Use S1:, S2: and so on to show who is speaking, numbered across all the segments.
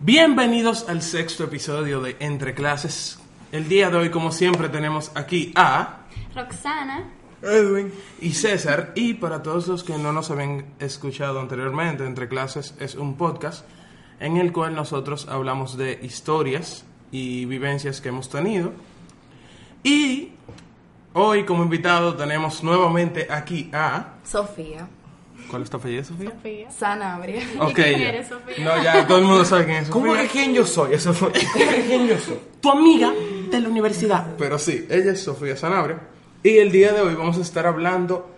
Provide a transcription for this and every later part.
S1: Bienvenidos al sexto episodio de Entre Clases. El día de hoy, como siempre, tenemos aquí a
S2: Roxana.
S1: Edwin y César. Y para todos los que no nos habían escuchado anteriormente, Entre Clases es un podcast en el cual nosotros hablamos de historias y vivencias que hemos tenido. Y hoy, como invitado, tenemos nuevamente aquí a.
S3: Sofía.
S1: ¿Cuál es tu apellido, Sofía?
S2: Sofía.
S3: Sanabria.
S1: Ok.
S2: quién
S1: ya.
S2: eres, Sofía?
S1: No, ya todo el mundo sabe quién es Sofía.
S4: ¿Cómo que quién yo soy? Eso fue. ¿Cómo que quién yo soy?
S1: tu amiga de la universidad. Pero sí, ella es Sofía Sanabria. Y el día de hoy vamos a estar hablando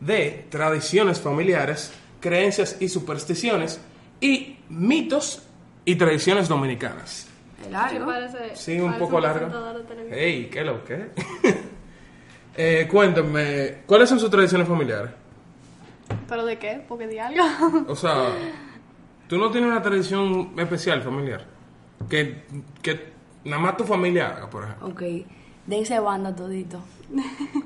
S1: de tradiciones familiares, creencias y supersticiones, y mitos y tradiciones dominicanas.
S3: ¿El
S2: Que
S3: largo?
S2: parece-
S1: Sí, un
S2: parece
S1: poco
S2: presentador
S1: largo.
S2: de televisión.
S1: ¡Ey, qué lo que! eh, cuéntame, ¿cuáles son sus tradiciones familiares?
S2: ¿Pero de qué? Porque di algo.
S1: O sea, ¿tú no tienes una tradición especial familiar? Que, que nada más tu familia haga, por ejemplo.
S3: Ok. Dense banda todito.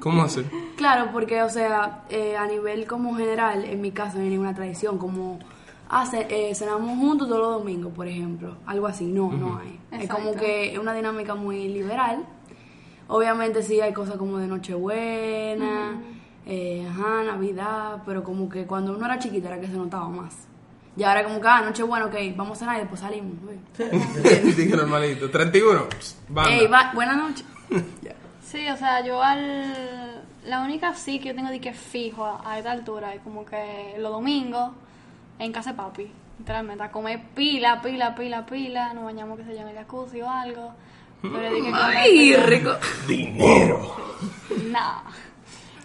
S1: ¿Cómo así?
S3: Claro, porque, o sea, eh, a nivel como general, en mi caso no hay ninguna tradición. Como, ah, ce- eh, cenamos juntos todos los domingos, por ejemplo. Algo así. No, no hay. Es
S2: Exacto.
S3: como que es una dinámica muy liberal. Obviamente sí hay cosas como de Nochebuena, eh, ajá, Navidad, pero como que cuando uno era chiquita era que se notaba más. Y ahora como que, ah, Nochebuena, ok, vamos a cenar y después salimos. güey.
S1: Dije normalito. 31. pss, banda.
S3: Ey, va- buenas noches.
S2: Sí, o sea, yo al... La única sí que yo tengo de que fijo a, a esta altura es como que los domingos en casa de papi, literalmente, a comer pila, pila, pila, pila, nos bañamos, que se llama el jacuzzi o algo. Pero
S1: Mm,
S2: dije,
S3: Ay, rico.
S2: Nada.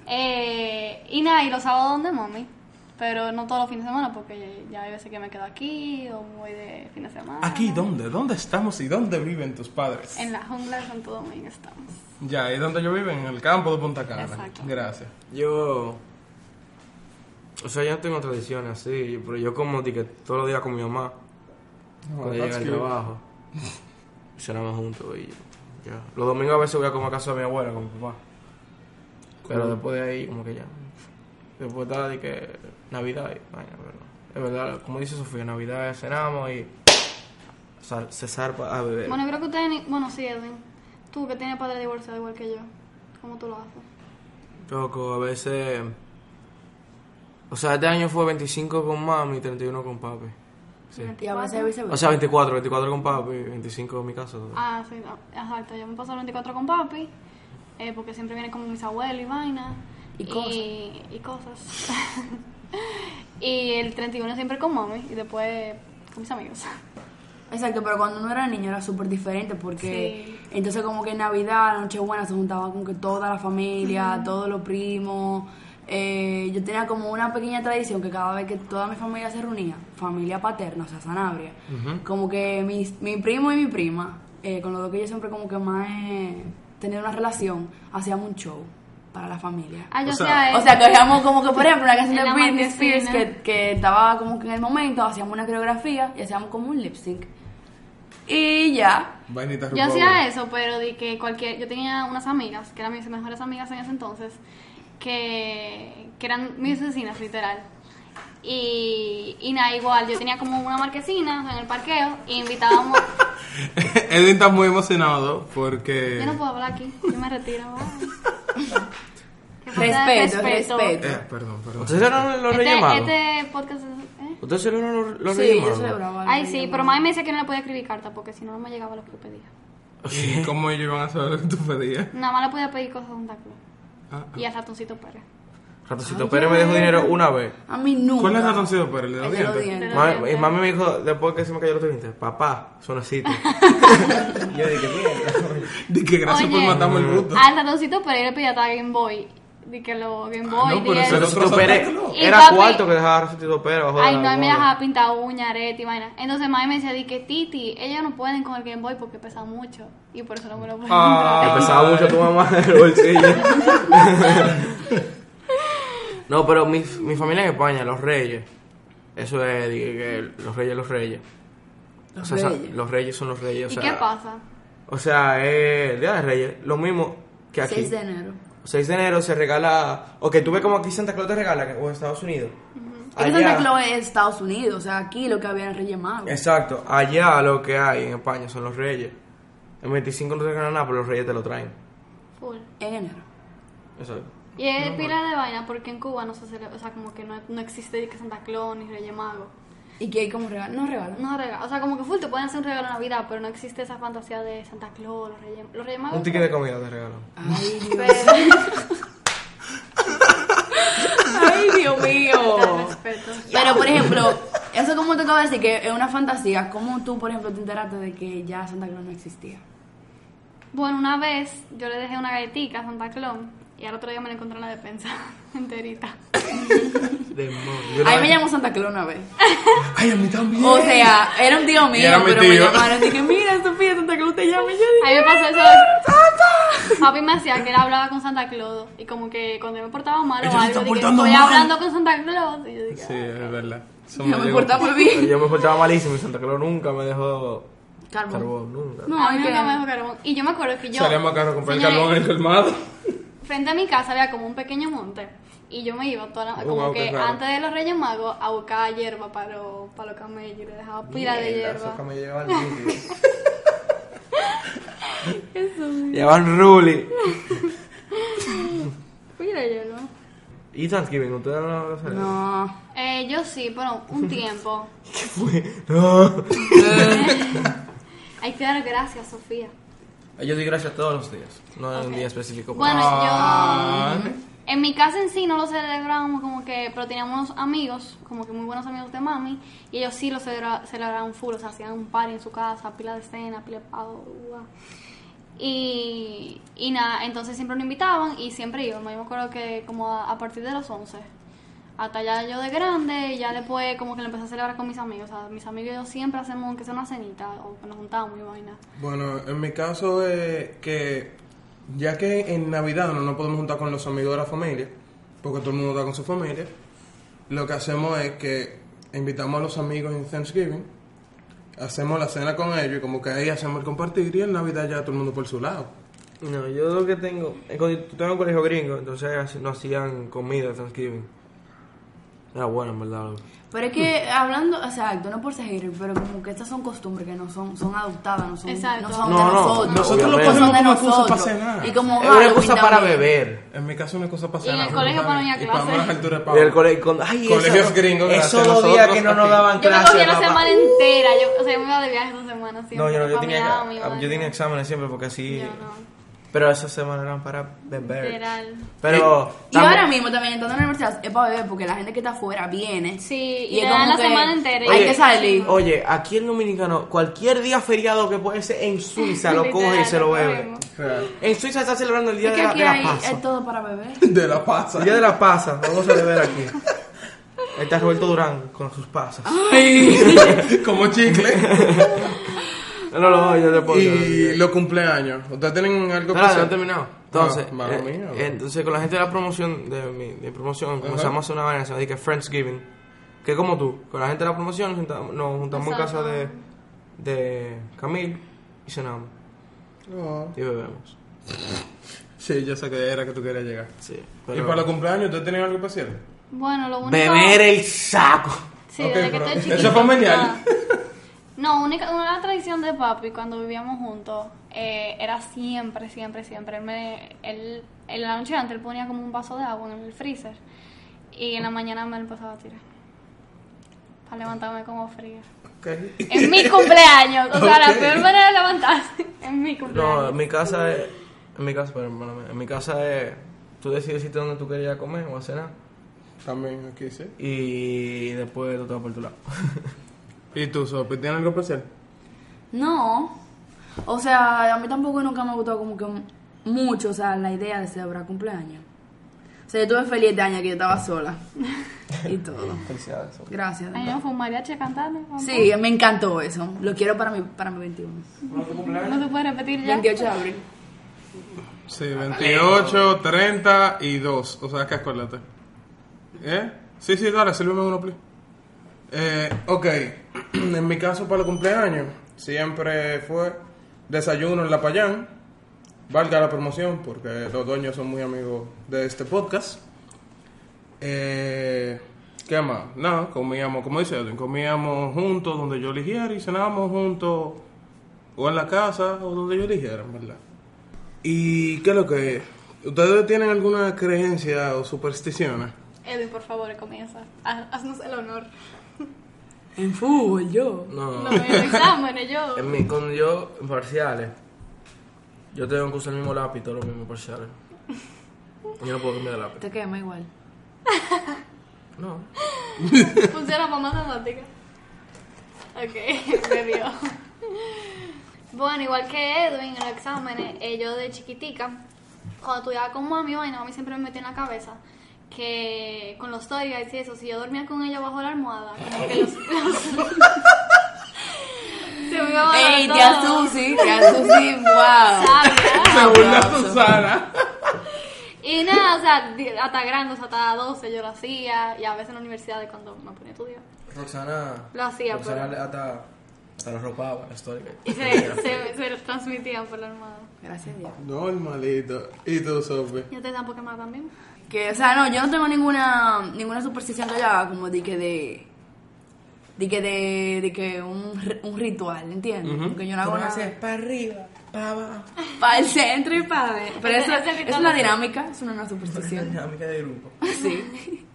S2: Eh, y nada, y los sábados donde mami. Pero no todos los fines de semana, porque ya hay veces que me quedo aquí o me voy de fin de semana.
S1: ¿Aquí dónde? ¿Dónde estamos y dónde viven tus padres?
S2: En la jungla de Santo Domingo estamos.
S1: Ya, ¿y dónde yo vivo? En el campo de Punta Cana.
S2: Exacto.
S1: Gracias.
S4: Yo. O sea, yo no tengo tradiciones así, pero yo como de que todos los días con mi mamá, cuando llega al trabajo, cenamos juntos y ya. Los domingos a veces voy a comer a casa de mi abuela con mi papá. Pero después de ahí, como que ya. Después está de que Navidad y vaina, pero. Es verdad, como dice Sofía, Navidad cenamos y. sal- se zarpa a beber.
S2: Bueno, creo que ustedes. ni- Bueno, sí, Edwin. Tú que tienes padre divorciado igual que yo. ¿Cómo tú lo haces?
S3: Pues-
S4: Loco, a veces. O sea, este año fue 25 con mami y 31 con papi. Sí.
S3: Y a veces viceversa.
S4: O sea, 24, 24 con papi, 25 en mi casa.
S2: Ah, sí, no, exacto. Yo me paso el 24 con papi. eh, porque siempre viene con mis abuelos y vaina.
S3: Y cosas.
S2: Y, y cosas. y el 31 siempre con mami. Y después con mis amigos.
S3: Exacto, pero cuando uno era niño era súper diferente porque
S2: Sí.
S3: entonces como que en Navidad, Nochebuena se juntaba con que toda la familia, todos los primos. Eh, yo tenía como una pequeña tradición que cada vez que toda mi familia se reunía, familia paterna, o sea, Sanabria, como que mis- mi primo y mi prima, eh, con los dos que yo siempre como que más eh, tenía una relación, hacíamos un show para la familia.
S2: Ah, yo
S1: O
S2: sé
S1: sea,
S2: a él.
S3: O sea, que hacíamos como que, por ejemplo, una canción
S2: En la
S3: de Britney Spears
S2: marquesina.
S3: que, que estaba como que en el momento, hacíamos una coreografía y hacíamos como un lip sync. Y ya.
S1: Vainita
S2: Yo
S1: Rupaul.
S2: hacía eso, pero de que cualquier. Yo tenía unas amigas, que eran mis mejores amigas en ese entonces, que, que eran mis vecinas, literal. Y, y nada, igual, yo tenía como una marquesina en el parqueo y invitábamos.
S1: Edwin está muy emocionado porque...
S2: yo no puedo hablar aquí, yo me retiro. bye. Que falta de
S3: Respeto, respeto.
S1: Eh, perdón, perdón.
S4: ¿Ustedes eran los
S2: Este,
S4: rellemados?
S2: este podcast es. ¿eh?
S4: ¿Ustedes eran los, los
S3: sí, yo
S4: rellemados?
S3: celebraba.
S2: Ay, sí, pero mami me decía que no le podía escribir carta porque si no, no me llegaba lo que yo pedía.
S1: ¿Y ¿Cómo ellos iban a saber lo que tú pedías?
S2: Nada más le podía pedir cosas a Santa Claus
S1: Ah,
S2: y al ratoncito Pérez.
S4: Ratoncito Pérez me dejó dinero una vez.
S3: A mí nunca.
S1: ¿Cuál es el ratoncito Pérez? ¿El de los
S3: El de los
S1: dientes?
S3: dientes.
S4: Mami- y mami me dijo, después que se me cayó los dientes, papá, sonacito. yo dije, mierda.
S1: Di que gracias
S2: Oye.
S1: por matarme el gusto.
S2: Al ratoncito, Ah, pero yo le pedía hasta Game Boy. De que lo Game
S4: Ah,
S2: Boy.
S1: no, pero
S2: de-
S1: eso no-
S4: Ratoncito Pérez
S2: Y
S4: era
S2: papi-
S4: cuarto que dejaba Ratoncito Pérez abajo de
S2: Ay, no,
S4: la
S2: y me
S4: almohada.
S2: dejaba pintar uña, arete y vaina. Entonces, mami me decía, di que Titi, ellos no pueden con el Game Boy porque pesa mucho. Y por eso no me lo pueden
S1: Ah.
S2: comprar.
S4: Empezaba mucho tu mamá en el bolsillo. no, pero mi, mi familia en España, los reyes. Eso es, dije que los reyes, los reyes.
S3: Los
S4: o sea,
S3: reyes.
S4: sa- los reyes son los reyes. o
S2: ¿Y
S4: sea,
S2: qué pasa?
S4: O sea, es el día de reyes. Lo mismo que aquí.
S3: 6 de enero.
S4: 6 de enero se regala. Ok, tú ves como aquí Santa Claus te regala, que- o en Estados Unidos.
S3: Es que
S4: Allá-
S3: Santa Claus es Estados Unidos, o sea, aquí lo que había era Reyes Magos.
S4: Exacto, allá lo que hay en España son los reyes. El 25 no te ganan nada, pero los reyes te lo traen.
S2: Full.
S3: En enero.
S4: Exacto.
S2: Y es pila de vaina porque en Cuba no se celebra, o sea, como que no, no existe ni que Santa Claus ni Reyes Magos.
S3: ¿Y qué hay como regalo? No regalo.
S2: No regalo, o sea, como que full te pueden hacer un regalo de Navidad, pero no existe esa fantasía de Santa Claus, los Reyes, los Reyes
S3: Ah,
S2: Magos.
S4: Un ticket de comida te regalan.
S3: Ay,
S2: Pero,
S3: Dios. Ay, Dios mío.
S2: respeto.
S3: Pero, por ejemplo, eso como te acabo de decir, que es una fantasía. ¿Cómo tú, por ejemplo, te enteraste de que ya Santa Claus no existía?
S2: Bueno, una vez yo le dejé una galletita a Santa Claus y al otro día me la encontré en la despensa enterita.
S4: Demonio. Yo
S3: A mí
S4: la-
S3: me llamó Santa Claus una vez.
S1: Ay, a mí también.
S3: O sea, era un tío mío,
S1: era mi
S3: pero me
S1: tío.
S3: llamaron. Dije, mira, Sofía, Santa Claus te llama. Y yo
S2: A
S3: dije,
S2: mí me pasó eso. Papi me hacía que él hablaba con Santa Claus y como que cuando yo me portaba mal
S1: Ella
S2: o
S1: se
S2: algo,
S1: está
S2: dije,
S1: portando
S2: estoy
S1: mal".
S2: hablando con Santa Claus. Y yo dije,
S1: Sí, es verdad. Eso
S3: no me
S1: llegó.
S3: portaba muy bien.
S4: Yo me portaba malísimo y Santa Claus nunca me dejó
S3: Carbón.
S4: carbón, nunca.
S3: No,
S2: a mí
S3: es
S2: nunca
S3: que-
S2: me dejó carbón. Y yo me acuerdo que yo.
S1: Salíamos a carro a comprar el
S2: Señores,
S1: carbón en el colmado.
S2: Frente a mi casa había como un pequeño monte. Y yo me iba toda la-
S1: Uh,
S4: Oh,
S2: como
S4: wow, qué
S2: que
S4: raro.
S2: antes de los Reyes Magos a buscar hierba para, los- para los camellos y le dejaba pila de
S4: Mierda, esos
S2: hierba.
S4: camellos llevan líquido. Llevan ruli.
S2: Pila de hierba.
S4: ¿Y Thanksgiving? ¿Ustedes no lo celebran?
S3: No.
S2: Eh, yo sí, pero un tiempo.
S4: ¿Qué fue? No.
S2: Hay que dar gracias, Sofía.
S4: Yo doy gracias todos los días. No en
S2: Ok.
S4: un día específico.
S2: Bueno,
S1: Ah.
S2: yo. En mi casa en sí no lo celebrábamos como que, pero teníamos unos amigos, como que muy buenos amigos de mami, y ellos sí lo celebra- celebraban full, o sea, hacían un party en su casa, pila de cena, pila de pavo, uva. Y, y nada, entonces siempre nos invitaban y siempre íbamos. Yo me acuerdo que como a, a partir de los 11, hasta ya yo de grande, ya después como que lo empecé a celebrar con mis amigos. O sea, mis amigos y yo siempre hacemos que sea una cenita o que nos juntábamos y vaina.
S1: Bueno, en mi caso es que ya que en Navidad no nos podemos juntar con los amigos de la familia, porque todo el mundo está con su familia, lo que hacemos es que invitamos a los amigos en Thanksgiving, hacemos la cena con ellos y como que ahí hacemos el compartir y en Navidad ya todo el mundo por su lado.
S4: No, yo lo que tengo. eh, cuando yo estaba en un colegio gringo, entonces así- no hacían comida de Thanksgiving. Era bueno, en verdad. loco.
S3: Pero es que hablando, o sea, exacto, no por ser hater, pero como que estas son costumbres que no son, son adoptadas, no son,
S2: Exacto.
S3: no son
S4: No,
S3: de
S4: no,
S3: nosotros.
S4: nosotros lo
S3: No
S4: cogemos
S3: son de
S1: como excusa
S3: nosotros.
S1: para cenar.
S3: Y como "Ah,
S4: Era una
S3: Halloween
S4: cosa para
S3: también.
S4: beber.
S1: En mi caso una cosa
S2: Y en
S1: pasada.
S2: el colegio para no ir a
S1: Y para
S2: clase.
S1: más altura
S4: Y el
S1: para
S4: cole- con- ay,
S1: Colegios
S4: eso-
S1: gringos, gracias
S4: Esos
S1: a
S4: dos días
S1: nosotros,
S4: que no nos
S1: aquí.
S4: daban
S2: Yo me cogí
S4: clase.
S2: la
S4: papá.
S2: semana entera, yo, o sea, yo me iba de viaje esa semana siempre.
S4: No, yo no, yo
S2: pa'
S4: tenía, ah,
S2: Miami,
S4: yo
S2: vaina.
S4: tenía exámenes siempre porque así.
S2: Yo no,
S4: Pero esas semanas eran para beber.
S2: literal.
S4: Pero.
S3: Eh, Y ahora mismo también entrando en la universidad es para beber porque la gente que está afuera viene.
S2: Sí, y
S3: es
S2: le dan
S3: como
S2: la
S3: que
S2: semana entera. y
S3: Hay
S4: Oye,
S3: que salir.
S4: Oye, aquí el dominicano, cualquier día feriado que puede ser en Suiza lo
S2: Literal,
S4: coge y se lo bebe.
S2: cogemos.
S1: Real.
S4: En Suiza está celebrando el día
S3: Es
S4: de
S3: que
S4: la,
S3: aquí
S4: de la
S3: hay, eh,
S4: pasa.
S3: hay todo para beber.
S1: de la pasa.
S4: El día de la pasa, vamos a beber aquí. Ahí está Roberto Durán con sus pasas.
S3: Ah.
S1: como chicle.
S4: No, no, no, yo te puedo.
S1: y los cumpleaños. ¿Ustedes tienen algo
S4: No, no, no he terminado. Entonces,
S1: Ah, madre
S4: eh,
S1: mía, bro.
S4: eh, entonces con la gente de la promoción, de mi, de promoción, comenzamos a hacer una vaina que se llama de que Friendsgiving. Que como tú, con la gente de la promoción nos juntamos, nos juntamos en casa de, de Camil y cenamos
S1: Oh.
S4: y bebemos.
S1: Sí, yo sé que era que tú querías llegar.
S4: Sí.
S1: ¿Y
S4: pero-
S1: para los cumpleaños ustedes tienen algo especial?
S2: Bueno, lo único.
S4: Beber el saco.
S2: Sí,
S1: Ok,
S2: desde que
S1: pero-
S2: estoy
S1: ¿eso
S2: chiquita.
S1: es familiar?
S2: o sea, No, única, una tradición de papi cuando vivíamos juntos eh, era siempre, siempre, siempre. Él me, él, en la noche antes él ponía como un vaso de agua en el freezer y en la mañana me lo pasaba a tirar. Para levantarme como fría. En mi cumpleaños. O sea, la
S1: Ok.
S2: peor manera de levantarse. En mi
S4: No,
S2: cumpleaños.
S4: en mi casa es. En mi casa, pero hermano, en mi casa es. Tú decides irte donde tú querías comer o a cenar.
S1: También aquí, sí.
S4: Y después tú te vas por tu lado.
S1: ¿Y tú, Sopi, tienes algo especial?
S3: No. O sea, a mí tampoco nunca me ha gustado como que mucho, o sea, la idea de celebrar cumpleaños. O sea, yo tuve feliz este año que yo estaba sola. y todo.
S4: Felicidades.
S3: Gracias.
S2: Ay, no, fue un mariachi cantando.
S3: Sí, me encantó eso. Lo quiero para mi, para mi 21.
S2: No se puede repetir ya.
S3: 28 de abril.
S1: Sí, 28, 30 y 2. O sea, que acuérdate. ¿Eh? Sí, sí, dale, sírveme uno, please. Eh, ok. En mi caso, para los cumpleaños, siempre fue desayuno en La Payán. Valga la promoción, porque los dueños son muy amigos de este podcast. Eh, ¿Qué más? Nada, comíamos, como dice Edwin, comíamos juntos donde yo eligiera y cenábamos juntos o en la casa o donde yo eligiera, en verdad. ¿Y qué es lo que es? ¿Ustedes tienen alguna creencia o supersticiones?
S2: Edwin, por favor, comienza. Haz- Haznos el honor.
S3: En fútbol, yo.
S4: No, Em,
S2: No, en exámenes, yo.
S4: En mi, cuando yo, en parciales, yo tengo que usar el mismo lápiz, todos los mismos parciales. Yo no puedo cambiar de lápiz.
S5: Te quema igual.
S4: No.
S2: Funciona para matemáticas. Ok, me dio. Bueno, igual que Edwin en los exámenes, eh, yo de chiquitica, cuando estudiaba con mami, bueno, a mí siempre me metía en la cabeza que con los toys y eso, si yo dormía con ella bajo la almohada, como que los... los- se me iba a
S5: ¡Ey,
S2: bajar
S5: tía
S2: todo.
S5: Susi! ¡Tía Susi! ¡Wow!
S3: Ah,
S2: Sabia.
S1: Según la Susana.
S2: Y nada, o sea, di- hasta grandes, hasta 12 yo lo hacía, y a veces en la universidad cuando me ponía a estudiar.
S4: Roxana.
S2: Lo hacía,
S4: Roxana
S2: pero-
S4: hasta, hasta los ropaba, la histórica.
S2: Y se, se, se los transmitían por la almohada.
S5: Gracias, Dios.
S1: Normalito. ¿Y tú, Sophie?
S2: Yo te dan Pokémon también.
S3: Que, o sea, no, yo no tengo ninguna ninguna superstición que haya como de que de. de que de. de que un, r- un ritual, ¿entiendes? Como que yo no hago nada.
S4: para arriba, para abajo.
S3: Para el centro y para. de- Pero
S2: Ese-
S3: eso
S2: ese ritual
S3: es una
S2: no.
S3: dinámica, es una, una
S4: La
S3: superstición.
S4: dinámica de grupo.
S3: Sí.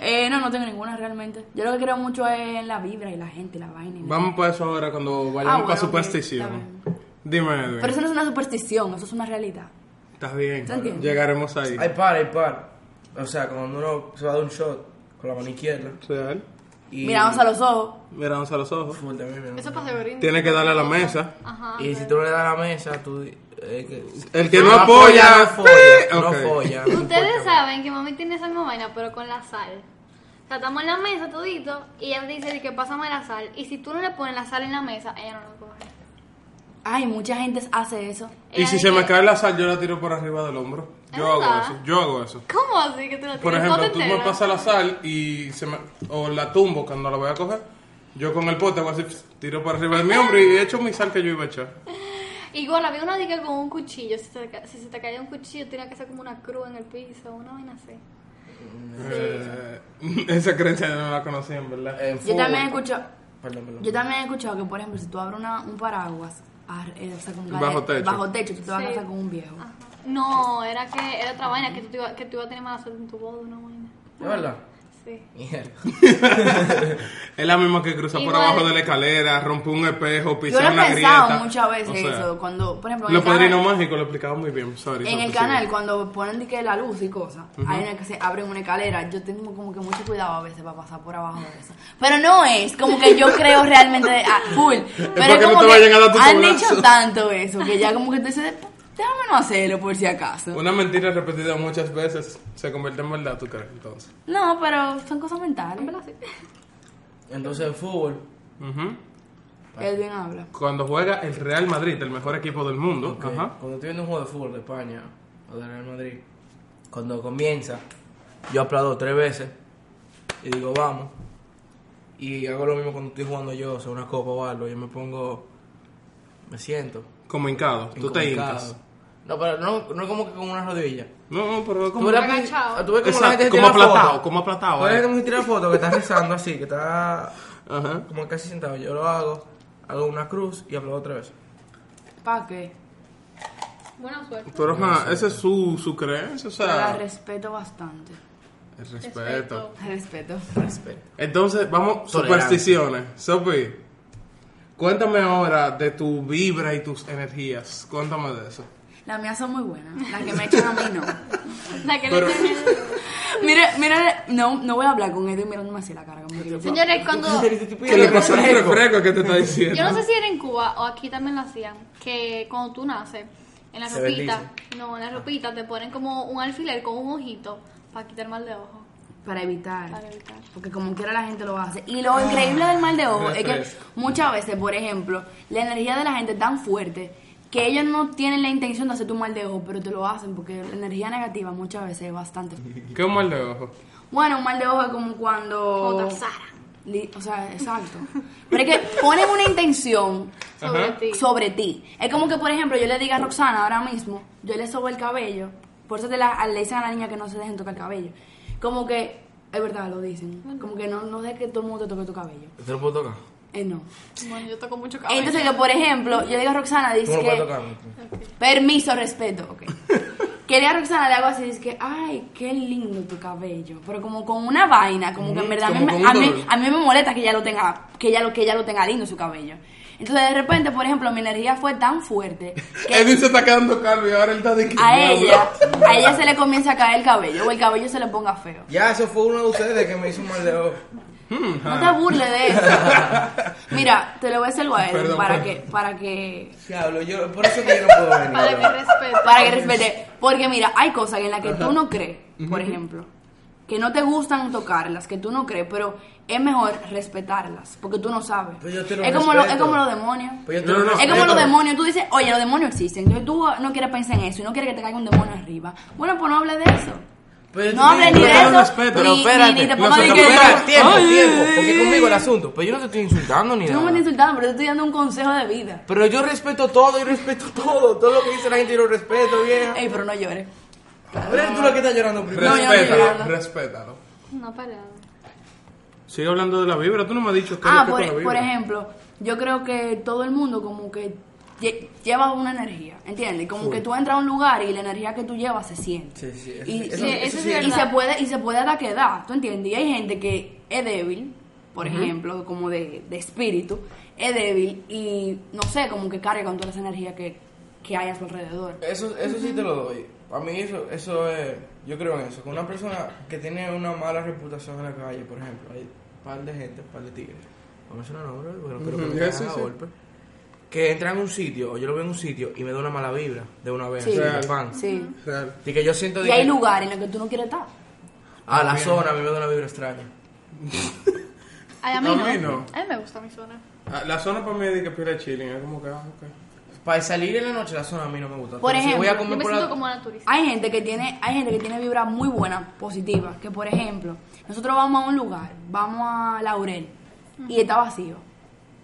S3: Eh, no, no tengo ninguna realmente. Yo lo que creo mucho es en la vibra y la gente y la vaina. y-
S1: Vamos para eso ahora cuando vayamos
S3: Ah, bueno,
S1: para
S3: ok,
S1: superstición. Dime, Edwin.
S3: Pero eso no es una superstición, eso es una realidad.
S1: Estás bien.
S3: ¿Estás bien?
S1: Llegaremos ahí.
S4: Hay par, hay par. O sea, cuando uno se va a dar un shot con la mano izquierda.
S1: Real.
S4: Y
S3: Miramos a los ojos.
S1: Miramos a los ojos.
S4: Full también, miramos.
S2: Eso es para Severín.
S1: Tiene que darle a la mesa.
S2: Ajá.
S3: Ah,
S4: Y si tú no le das a la mesa, tú. eh, que-
S1: El que no apoya, eh,
S4: no folla.
S1: ok.
S4: No folla. no
S2: Ustedes
S4: importa.
S2: saben que mami tiene esa misma vaina, pero con la sal. O sea, estamos en la mesa todito y ella dice de que pásame la sal. Y si tú no le pones la sal en la mesa, ella no lo coge.
S3: Ay, mucha gente hace eso.
S1: Y
S2: Ella
S1: si
S2: dice,
S1: se me cae la sal, yo la tiro por arriba del hombro. Yo
S2: Es
S1: hago
S2: verdad.
S1: eso. Yo hago eso.
S2: ¿Cómo así que tú la
S1: Por
S2: tiras? ¿No
S1: ejemplo,
S2: te
S1: tú me
S2: enteras?
S1: pasas la sal y se me, o la tumbo cuando la voy a coger. Yo con el pote voy así, pss, tiro para arriba de mi hombro y echo mi sal que yo iba a echar.
S2: Igual había una dica con un cuchillo. Si, se te ca- si se te caía un cuchillo, tenía que ser como una cruz en el piso, una vaina así.
S1: Eh, esa creencia yo no la conocí, en verdad.
S4: En
S3: Yo
S4: fútbol.
S3: también escucho.
S4: Perdón, perdón.
S3: Yo también he escuchado que, por ejemplo, si tú abres una- un paraguas, ar- eh, o sea, con
S1: Bajo techo.
S3: bajo techo, tú te vas
S2: Sí. Ah.
S3: a casar con un viejo.
S2: Ajá. No, era que era otra vaina que tú, te iba- que tú ibas a tener mala suerte en tu boda, una vaina.
S4: ¿Es verdad?
S2: Sí.
S4: Mierda.
S1: Es la misma que cruza por
S2: Igual.
S1: abajo de la escalera, rompe un espejo,
S3: Yo
S1: pisa
S3: lo he
S1: una
S3: pensado
S1: grieta.
S3: muchas veces
S1: O sea,
S3: eso. Cuando, por ejemplo, en
S1: Los
S3: el
S1: padrinos
S3: canal,
S1: mágicos lo explicaba muy bien. Sorry,
S3: en
S1: sorry,
S3: el
S1: sí.
S3: canal, cuando ponen de que la luz y cosas, hay una que se abre una escalera. Yo tengo como que mucho cuidado a veces para pasar por abajo de eso. Pero no es como que yo creo realmente de, ah, full. Pero
S1: para
S3: es
S1: que no
S3: como
S1: te vayan a dar tu
S3: han
S1: tablazo.
S3: dicho tanto eso que ya como que tú dices, déjame no hacerlo por si acaso.
S1: Una mentira repetida muchas veces se convierte en verdad, ¿tú crees? Entonces.
S3: No, pero son cosas mentales.
S2: ¿Verdad? Sí.
S4: Entonces, en fútbol.
S1: Ujú.
S3: Edwin habla.
S1: Cuando juega el Real Madrid, el mejor equipo del mundo,
S4: Ok,
S1: ajá,
S4: Cuando estoy viendo un juego de fútbol de España o de Real Madrid, cuando comienza, yo aplaudo tres veces y digo vamos. Y hago lo mismo cuando estoy jugando yo, o sea, una copa o algo. Yo me pongo. Me siento.
S1: como hincado, tú te
S4: encomunicado.
S1: hincas.
S4: No, pero no, no como que con una rodilla.
S1: No, pero
S4: Tú
S1: como...
S4: ves-
S2: agachado.
S4: tú ves como la
S1: Exacto,
S4: gente se
S1: como
S4: tira
S1: aplatado,
S4: foto.
S1: como aplatado,
S4: Tú ves
S1: eh.
S4: como se tira foto, que está rezando así, que está
S1: Ajá.
S4: como casi sentado. Yo lo hago, hago una cruz y aplaudo tres veces.
S3: ¿Para qué?
S2: Buena suerte.
S1: Pero ajá, esa es su, su creencia, o
S3: Yo la
S1: sea,
S3: respeto bastante.
S1: el respeto.
S3: La respeto.
S4: Respeto.
S1: Entonces, vamos,
S4: Tolerancia.
S1: supersticiones. Sopi, cuéntame ahora de tu vibra y tus energías. Cuéntame de eso.
S3: Las mías son muy buenas. Las que me echan a mí no.
S2: La que le
S1: Pero-
S2: tiene-
S3: Mira, mira, no, no voy a hablar con Edwin mirándome así la cara. Como que yo,
S2: Señores, cuando.
S1: ¿Qué le pasa al refresco que te está diciendo?
S2: Yo no sé si era en Cuba o aquí también lo hacían. Que cuando tú naces, en la
S4: Se
S2: ropita,
S4: bendice.
S2: no, en la ropita te ponen como un alfiler con un ojito para quitar mal de ojo.
S3: para
S2: Para
S3: evitar.
S2: evitar.
S3: Porque como quiera la gente lo hace. Y lo increíble del mal de ojo es que
S1: refresco.
S3: muchas veces, por ejemplo, la energía de la gente es tan fuerte que ellos no tienen la intención de hacer tu mal de ojo, pero te lo hacen porque la energía negativa muchas veces es bastante fuerte.
S1: ¿Qué mal de ojo?
S3: Bueno, un mal de ojo es como cuando...
S2: Como Tarzana.
S3: Li- O sea, exacto. Pero es que ponen una intención
S2: Sobre ti.
S3: sobre ti. Es como que, por ejemplo, yo le diga a Roxana ahora mismo, yo le sobo el cabello, por eso te la- le dicen a la niña que no se dejen tocar el cabello. Como que Es verdad, lo dicen. Como que no, no dejes que todo el mundo te toque tu cabello.
S6: ¿Te lo puedo tocar?
S3: Eh, no.
S2: Bueno, yo toco mucho cabello.
S3: Entonces, que por ejemplo, yo digo a Roxana,
S6: ¿Tú me
S3: dice
S6: lo puedes
S3: que.
S6: tocar?
S3: Permiso, respeto. Ok. Quería a Roxana le hago así, dice que, ay, qué lindo tu cabello. Pero como con una vaina, como que en
S6: Ujú,
S3: verdad a mí,
S6: Mm, como
S3: me-
S6: con un
S3: a, mí,
S6: dolor.
S3: a mí me molesta que ella lo tenga, que ella lo, que ella lo tenga lindo su cabello. Entonces de repente, por ejemplo, mi energía fue tan fuerte que
S1: Edwin se está quedando calvo y ahora él está de que.
S3: a ella, a ella se le comienza a caer el cabello, o el cabello se le ponga feo.
S4: Ya, eso fue uno de ustedes que me hizo un mal de ojo.
S3: No te burles de eso. Mira, te lo voy a hacer algo a él
S1: Perdón,
S3: para
S1: perdón.
S3: que, para que
S4: Diablo, yo, por eso que yo no puedo venir.
S2: Para que
S4: bro.
S2: respete.
S3: Para que respete. Porque mira, hay cosas en las que tú no crees, por ejemplo, que no te gustan tocarlas, que tú no crees, pero es mejor respetarlas, porque tú no sabes.
S4: Pues yo te lo
S3: es, como lo- es
S4: respeto.
S3: como los demonios.
S4: Pues yo te
S1: No, no,
S4: lo
S1: no.
S3: es como
S1: yo
S3: los
S1: te-
S3: demonios, tú dices, oye, los demonios existen, entonces tú ah, no quieres pensar en eso y no quieres que te caiga un demonio arriba. Bueno, pues no hables de eso.
S4: Pues yo
S3: No hables ni
S4: te-
S3: de
S1: pero
S3: eso,
S1: respeto,
S3: ni-
S1: pero
S3: ni,
S6: espérate,
S3: ni te
S1: nosotros-
S3: pongas de que...
S4: Espera, tiempo,
S6: Ay,
S4: tiempo.
S6: ay,
S4: Porque
S6: ay,
S4: conmigo el
S6: ay.
S4: asunto.
S6: Pero yo no te estoy insultando ni
S3: Tú no me estás
S6: nada.
S3: insultando, pero te estoy dando un consejo de vida.
S6: Pero yo respeto todo y respeto todo. Todo lo que dice la gente yo lo respeto, vieja.
S3: Ey, pero no llores.
S4: Eres tú la que está llorando primero.
S3: No, yo no
S1: Respétalo,
S3: llorando.
S1: respétalo.
S2: No parado.
S1: Sigue hablando de la vibra, tú no me has dicho qué
S3: Ah,
S1: es lo que es
S3: por,
S1: con la
S3: por
S1: vibra.
S3: ejemplo, yo creo que todo el mundo como que lle- lleva una energía, ¿entiendes? Como que tú entras a un lugar y la energía que tú llevas se siente.
S4: Sí, sí, eso-
S3: Y,
S4: eso-
S3: y-
S2: eso sí
S3: y
S2: es
S3: se
S2: verdad.
S3: puede y se puede hasta quedar, ¿tú entiendes? Y hay gente que es débil, por ejemplo, como de, de espíritu, es débil y no sé, como que carga con toda esa energía que, que hay a su alrededor.
S4: Eso, eso sí te lo doy. A mí eso, eso es, yo creo en eso. Con una persona que tiene una mala reputación en la calle, por ejemplo, hay un par de gente, un par de tigres.
S6: Vamos a hacer una obra, bueno, pero que
S1: Ujú,
S6: me
S1: ya,
S6: caigan
S1: sí,
S6: a
S1: sí.
S6: golpe. Que entra en un sitio, o yo lo veo en un sitio, y me da una mala vibra de una vez.
S3: Sí.
S6: así,
S1: Real.
S6: de pan.
S3: Sí.
S1: Real.
S6: Y que yo siento
S3: Y
S6: de
S3: hay
S6: que-
S3: lugares en los que tú no quieres estar.
S6: A la zona a mí me da una vibra extraña.
S2: Ay, a mí
S1: A
S2: no.
S1: mí no.
S2: A mí me gusta mi zona.
S1: Ah, La zona para mí es de que pila chilling, es como que, ah, ok.
S4: Para salir en la noche, la zona a mí no me gusta.
S3: Por
S4: Pero si voy
S3: ejemplo,
S4: a
S2: Yo
S4: comer
S2: me
S4: por
S2: siento
S4: la...
S2: como una turista.
S3: Hay gente que tiene, hay gente que tiene vibras muy buenas, positivas, que por ejemplo, nosotros vamos a un lugar, vamos a Laurel, y está vacío.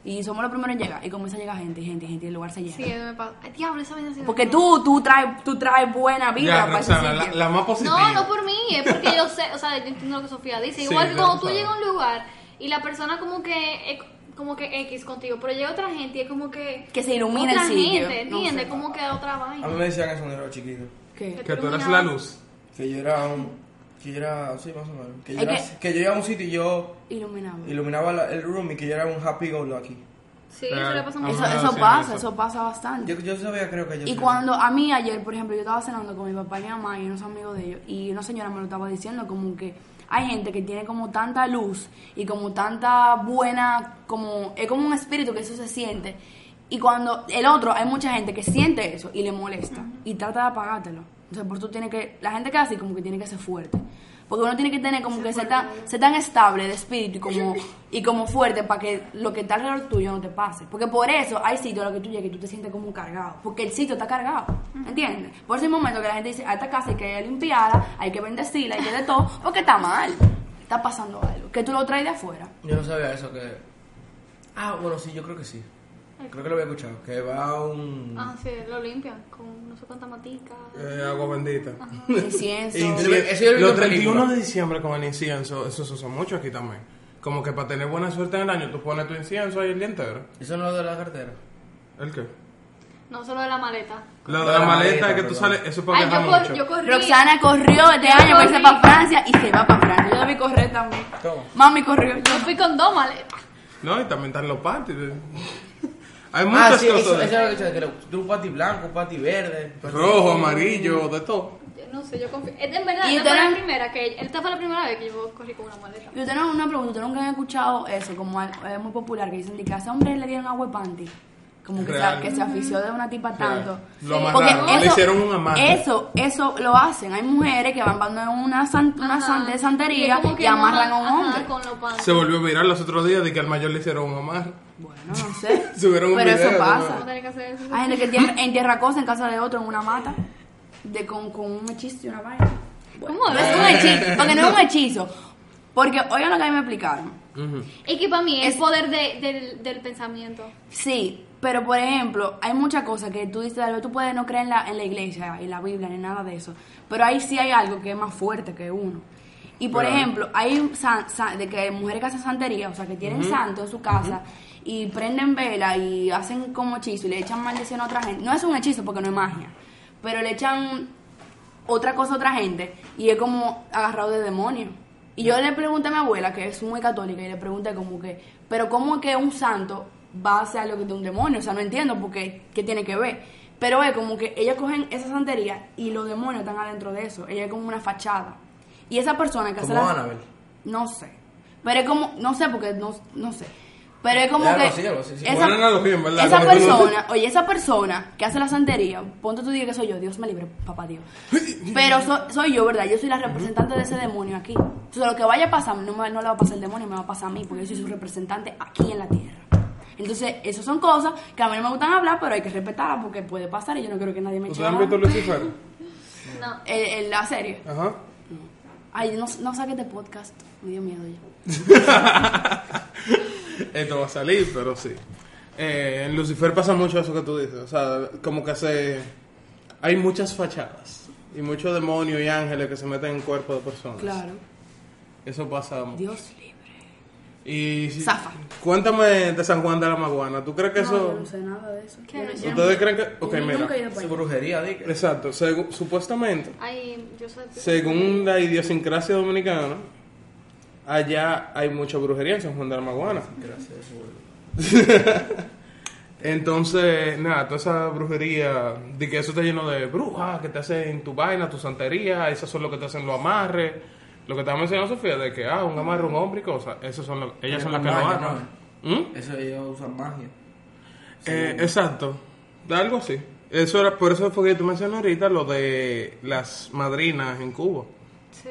S3: Y somos los primeros en llegar, y comienza a llegar gente, y gente, y gente, y el lugar se llena.
S2: Sí, eso me pasa. Ay, diablo, esa vaina sí me
S3: Porque
S2: pasa.
S3: tú, tú traes, tú traes buena
S1: Ya,
S3: vibra pues, para ese
S1: Roxana, la,
S3: sitio.
S1: la más positiva.
S2: No, no por mí, es porque yo sé, o sea, yo entiendo lo que Sofía dice.
S1: Sí,
S2: Igual que
S1: ya
S2: cuando
S1: tú
S2: tú
S1: sabes.
S2: llegas a un lugar y la persona como que es como que X contigo, pero llega otra gente y es como que
S3: Que se ilumina
S2: otra
S3: el sitio.
S2: gente,
S3: No
S2: ¿entiendes?
S3: sé.
S2: Como que otra
S4: A mí
S1: Ah,
S2: vaina.
S4: me decían eso cuando era chiquito.
S3: ¿Qué?
S1: Que tú eres la luz.
S4: Que yo era un... Que yo era... Sí, más o menos. Que yo,
S3: Es
S4: era,
S3: que-
S4: que yo iba a un sitio y yo
S3: Iluminado.
S4: iluminaba la- el room y que yo era un happy go lucky.
S2: Sí, eso le pasa
S1: Eso-
S2: mucho.
S3: Eso,
S1: Ajá,
S3: eso
S1: sí,
S3: pasa,
S1: eso.
S3: eso. pasa bastante.
S4: Yo, yo sabía, creo que yo...
S3: Y
S4: sabía.
S3: cuando a mí ayer, por ejemplo, yo estaba cenando con mi papá y mi mamá y unos amigos de ellos, y una señora me lo estaba diciendo, como que hay gente que tiene como tanta luz y como tanta buena, como es como un espíritu que eso se siente. Y cuando el otro, hay mucha gente que siente eso y le molesta y trata de apagártelo. O sea, por eso tiene que, la gente que hace como que tiene que ser fuerte. Porque uno tiene que tener como que ser tan, ser tan estable de espíritu y como, y como fuerte para que lo que está alrededor tuyo no te pase. Porque por eso hay sitios a los que tú llegas y tú te sientes como un cargado. Porque el sitio está cargado. ¿Entiendes? Por ese momento que la gente dice, a esta casa hay que limpiarla, hay que bendecirla, hay que de todo, porque está mal. Está pasando algo. Que tú lo traes de afuera.
S4: Yo no sabía eso, que... Ah, bueno, sí, yo creo que sí. Creo que lo había escuchado. Que va a un...
S2: Ah, sí, lo limpian con no sé cuánta matica.
S1: Eh, agua bendita.
S3: Incienso.
S4: Eso yo- eso yo lo vi
S1: los
S4: en película.
S1: 31 de diciembre con el incienso, eso se usa mucho aquí también. Como que para tener buena suerte en el año, tú pones tu incienso ahí el día entero.
S4: Eso no es lo de la cartera.
S1: ¿El qué?
S2: No solo de la maleta.
S1: Lo
S4: Lo
S1: de la maleta que tú
S4: perdón.
S1: sales, eso es para
S2: Ay,
S1: viajar
S2: yo, cor-
S1: mucho.
S2: yo corrí.
S3: Roxana corrió este año para irse para Francia y se va para Francia. Yo la vi correr también.
S4: ¿Cómo?
S3: Mami corrió.
S2: Yo fui con dos maletas.
S1: No, y también están los parties. Hay muchas
S4: Ah, sí,
S1: cosas.
S4: eso, eso era lo que decía, que era un pati blanco, un pati verde.
S1: Rojo, amarillo, de todo.
S2: Yo no sé, yo confío. Esta en verdad,
S3: ¿Y
S2: esta fue
S3: ustedes?
S2: la primera que esta fue la primera vez que yo corrí con una maleta.
S3: Yo tengo una pregunta, ¿ustedes nunca han escuchado eso? Como al- es muy popular, que dicen de que a ese hombre le dieron agua y panty. Como que se,
S1: Real.
S3: que se afició de una tipa tanto.
S1: Lo amarraron, le hicieron un amarre.
S3: Eso, eso lo hacen. Hay mujeres que van dando una, san- una san- de santería
S2: es como
S3: y,
S2: que
S3: amarran a
S2: no,
S3: un
S2: ajá,
S3: hombre.
S2: con los pan.
S1: Se volvió viral los otros días de que al mayor le hicieron un amarre.
S3: Bueno, no sé.
S1: Subieron un
S3: pero eso
S1: video,
S3: pasa.
S2: Vamos a tener que hacer eso.
S3: Hay gente que entierra, entierra cosas en casa de otro, en una mata, de, con, con un hechizo y una vaina.
S2: ¿Cómo
S3: No es un hechizo, porque no es un hechizo. Porque, oigan lo que a mí me explicaron.
S2: Es que para mí es
S3: Es-
S2: poder de- del, del pensamiento.
S3: Sí, pero por ejemplo, hay muchas cosas que tú dices, tal vez tú puedes no creer en la, en la iglesia, en la Biblia, ni nada de eso, pero ahí sí hay algo que es más fuerte que uno. Y por
S6: Claro.
S3: ejemplo, hay san- san- de que mujeres que hacen santería, o sea, que tienen santo en su casa y prenden vela y hacen como hechizo y le echan maldición a otra gente. No es un hechizo porque no es magia, pero le echan otra cosa a otra gente y es como agarrado de demonio. Y yo le pregunté a mi abuela, que es muy católica, y le pregunté como que, pero ¿cómo que un santo va a hacer algo de un demonio? O sea, no entiendo porque, ¿qué tiene que ver? Pero es como que ellas cogen esa santería y los demonios están adentro de eso. Ella es como una fachada. Y esa persona que hace
S4: Como
S3: la-
S4: Annabelle.
S3: No sé. Pero es como, no sé porque, no, no sé. Pero es como
S4: Algo
S3: que...
S4: así, algo así, sí.
S1: Buena analogía, en verdad,
S3: esa
S1: como que no-
S3: persona, oye, esa persona que hace la santería, ponte tú día que soy yo, Dios me libre, papá Dios. Pero so- soy yo, ¿verdad? Yo soy la representante de ese demonio aquí. Entonces, lo que vaya a pasar, no, me- no le va a pasar al demonio, me va a pasar a mí, porque yo soy su representante aquí en la tierra. Entonces, esas son cosas que a mí no me gustan hablar, pero hay que respetarlas porque puede pasar y yo no creo que nadie me eche
S1: ¿Ustedes han
S3: nada.
S1: visto Lucifer?
S2: No.
S3: El- el- La serie.
S1: Ajá.
S3: Ay, no, no saques de podcast, me dio miedo ya.
S1: Esto va a salir, pero sí. Eh, en Lucifer pasa mucho eso que tú dices. O sea, como que se. Hay muchas fachadas. Y muchos demonios y ángeles que se meten en cuerpos de personas.
S3: Claro.
S1: Eso pasa mucho.
S3: Dios libre.
S1: Y. si-
S3: Zafa.
S1: Cuéntame de San Juan de la Maguana. ¿Tú crees que
S3: No, yo
S1: eso.?
S3: no sé nada de eso.
S2: ¿Qué?
S3: Yo no- yo no-
S1: ¿Ustedes creen que.?
S3: yo
S1: Ok,
S3: nunca he
S1: mira.
S3: ido para
S4: Es
S3: allá.
S4: brujería, di que-
S1: Exacto. segu- Supuestamente.
S2: Ay, yo soy.
S1: Según la idiosincrasia dominicana, allá hay mucha brujería en San Juan de la Maguana.
S4: Gracias, eso, boludo.
S1: Entonces, nada, toda esa brujería, de que eso está lleno de brujas, que te hacen tu vaina, tu santería, esas son lo que te hacen los amarres. Lo que estaba mencionando Sofía, de que, ah, un amarre, un hombre y cosas, esas son lo- ellas son las que lo
S4: Magia,
S1: hacen. ¿Mm?
S4: Eso ellos usan magia.
S1: Eh, exacto, algo así. Eso era, por eso fue que tú mencionas ahorita lo de las madrinas en Cuba.
S2: Sí.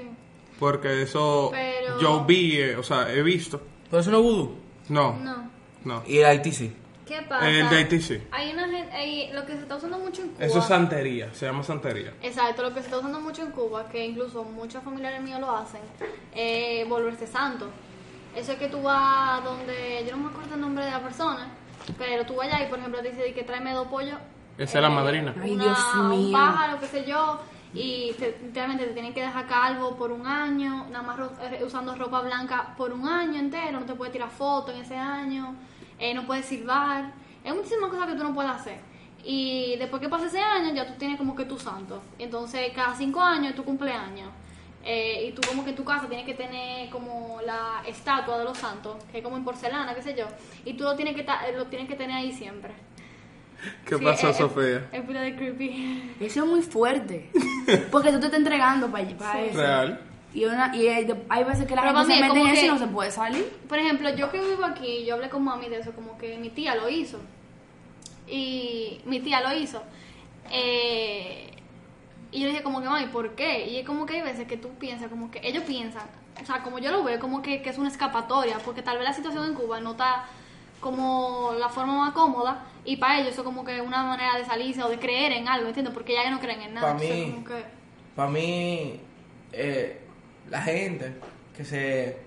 S1: Porque eso
S2: Pero-
S1: yo vi, eh, o sea, he visto.
S4: Pero eso no es vudú.
S1: No, no.
S2: No.
S4: Y el Haití sí.
S2: ¿Qué pasa?
S1: El Eh, de Haití, sí.
S2: Hay una gente. hay- lo que se está usando mucho en Cuba.
S1: Eso es santería, se llama santería.
S2: Exacto, lo que se está usando mucho en Cuba, que incluso muchos familiares míos lo hacen, eh, volverse santo. Eso es que tú vas donde, yo no me acuerdo el nombre de la persona, pero tú vas allá y por ejemplo te dice de que tráeme dos pollos.
S1: Esa es la madrina.
S3: Ay,
S2: una-
S3: Dios
S2: Un
S3: mío.
S2: pájaro, qué sé yo, y te, literalmente te tienen que dejar calvo por un año, nada más ro- eh, usando ropa blanca por un año entero, no te puedes tirar foto en ese año, eh, no puedes silbar. Hay muchísimas cosas que tú no puedes hacer. Y después que pasa ese año, ya tú tienes como que tu santo. Entonces, cada cinco años es tu cumpleaños. Eh, y tú como que en tu casa tienes que tener como la estatua de los santos, que es como en porcelana, qué sé yo. Y tú lo tienes que, ta- lo tienes que tener ahí siempre.
S1: ¿Qué
S2: Sí, eh,
S1: pasó,
S2: es- es-
S1: Sofía?
S2: Es pura de creepy.
S3: Eso es muy fuerte. Porque tú te estás entregando para, eso.
S1: Real.
S3: Y, una, y hay, de- hay veces que la
S2: Pero
S3: gente se
S2: mami,
S3: mete en
S2: como
S3: eso y
S2: que-
S3: no se puede salir.
S2: Por ejemplo, yo que vivo aquí, yo hablé con mami de eso, como que mi tía lo hizo. Y mi tía lo hizo. Eh, y yo le dije como que, mami, ¿por qué? Y es como que hay veces que tú piensas, como que ellos piensan, o sea, como yo lo veo, como que, que es una escapatoria, porque tal vez la situación en Cuba no está como la forma más cómoda, y para ellos eso como que es una manera de salirse o de creer en algo, ¿entiendes? Porque ya que no creen en nada.
S4: Pa'
S2: entonces
S4: mí.
S2: como que-
S4: Para mí, eh, la gente que se.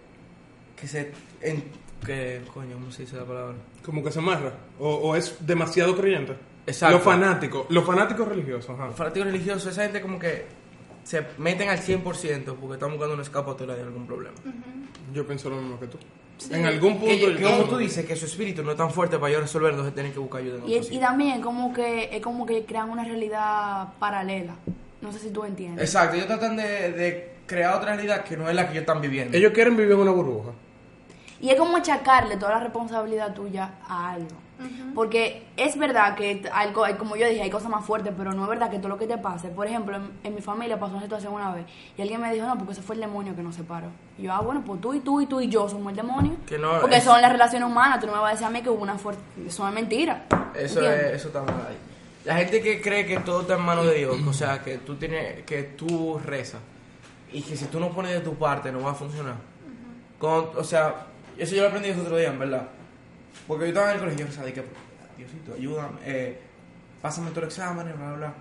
S4: que se. en- que. coño, ¿cómo se dice la palabra?
S1: Como que se amarra. O, o es demasiado creyente.
S4: Exacto.
S1: Los fanáticos. Los fanáticos religiosos. Ajá.
S4: Los fanáticos religiosos, esa gente como que se meten al 100% porque están buscando una escapatoria de algún problema.
S1: Yo pienso lo mismo que tú. En algún punto.
S4: Que,
S1: yo-
S4: que como tú dices, que su espíritu no es tan fuerte para yo resolverlo, se tienen que buscar ayuda. en
S3: Y,
S4: otro
S3: es- y
S4: sitio.
S3: también es como, que, es como que crean una realidad paralela. No sé si tú entiendes.
S4: Exacto, ellos tratan de, de crear otra realidad que no es la que ellos están viviendo.
S1: Ellos quieren vivir en una burbuja.
S3: Y es como achacarle toda la responsabilidad tuya a algo. Porque es verdad que t- algo, hay- como yo dije, hay cosas más fuertes, pero no es verdad que todo lo que te pase. Por ejemplo, en, en mi familia pasó una situación una vez y alguien me dijo, no, porque ese fue el demonio que nos separó. Y yo, ah, bueno, pues tú y tú y tú y yo somos el demonio.
S4: Que no,
S3: porque
S4: es-
S3: son las relaciones humanas, tú no me vas a decir a mí que hubo una fuerte... Eso es mentira.
S4: Eso,
S3: ¿Entiendes?
S4: es, eso está mal ahí. La gente que cree que todo está en manos de Dios, o sea, que tú, tienes, que tú rezas y que si tú no pones de tu parte no va a funcionar. Con- o sea, eso yo lo aprendí el otro día, en verdad. Porque yo estaba en el colegio, yo rezaba de que, Diosito, ayúdame, eh, pásame todos los exámenes, bla, bla, bla.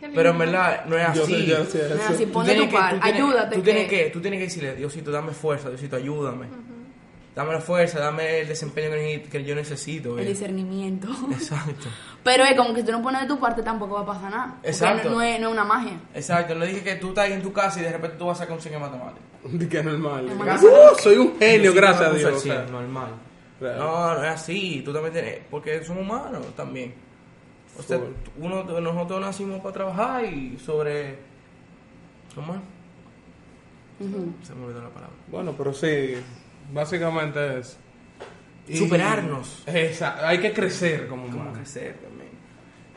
S2: Qué
S4: Pero
S2: lindo.
S4: en verdad no es
S1: Yo
S4: así.
S1: sé, yo sé
S3: No es
S1: eso.
S3: así,
S4: Tú
S3: ponte
S4: tienes
S3: tu
S4: que-
S3: par,
S4: tú tienes-
S3: ayúdate.
S4: Tú tienes
S3: que-
S4: que, tú tienes que decirle, Diosito, dame fuerza, Diosito, ayúdame. dame la fuerza, dame el desempeño que, ne- que yo necesito.
S3: El
S4: eh.
S3: discernimiento.
S4: Exacto.
S3: Pero es como que si tú no pones de tu parte tampoco va a pasar nada. Porque
S4: Exacto.
S3: No, no es, no es una magia.
S4: Exacto, no dije que tú estás ahí en tu casa y de repente tú vas a conseguir matemáticas.
S1: De que normal.
S3: Hermano,
S1: ¡Uh! soy un
S4: Yo
S1: genio,
S4: sí que
S1: gracias
S4: me
S1: a
S4: puse
S1: Dios.
S4: al
S1: o sea,
S4: cien, normal.
S1: claro.
S4: No, no es así, tú también tienes, porque somos humanos también. O sea,
S1: Full.
S4: uno, nosotros nacimos para trabajar y sobre... ¿Cómo es? Se me olvidó la palabra.
S1: Bueno, pero sí, básicamente es. Y-
S4: Superarnos.
S1: Exacto, hay que crecer como
S4: ¿Cómo
S1: humanos.
S4: crecer también?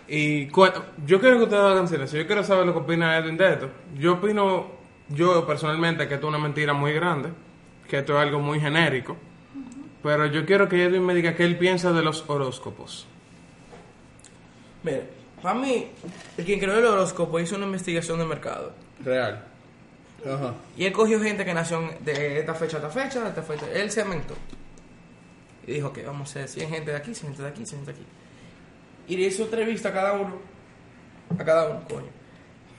S1: Y cu- yo quiero que ustedes hagan silencio. Yo quiero saber lo que opina Edwin de esto. Yo opino, yo personalmente, que esto es una mentira muy grande, que esto es algo muy genérico. Pero yo quiero que Edwin me diga qué él piensa de los horóscopos.
S4: Mira, para mí, el quien creó el horóscopo hizo una investigación de mercado.
S1: Real. Ajá.
S4: Y él cogió gente que nació en- de esta fecha a esta fecha, de esta fecha. Él segmentó. Y dijo, ok, vamos a hacer 100 gente de aquí, 100 gente de aquí, 100 gente de aquí. Y le hizo entrevista a cada uno. A cada uno, coño.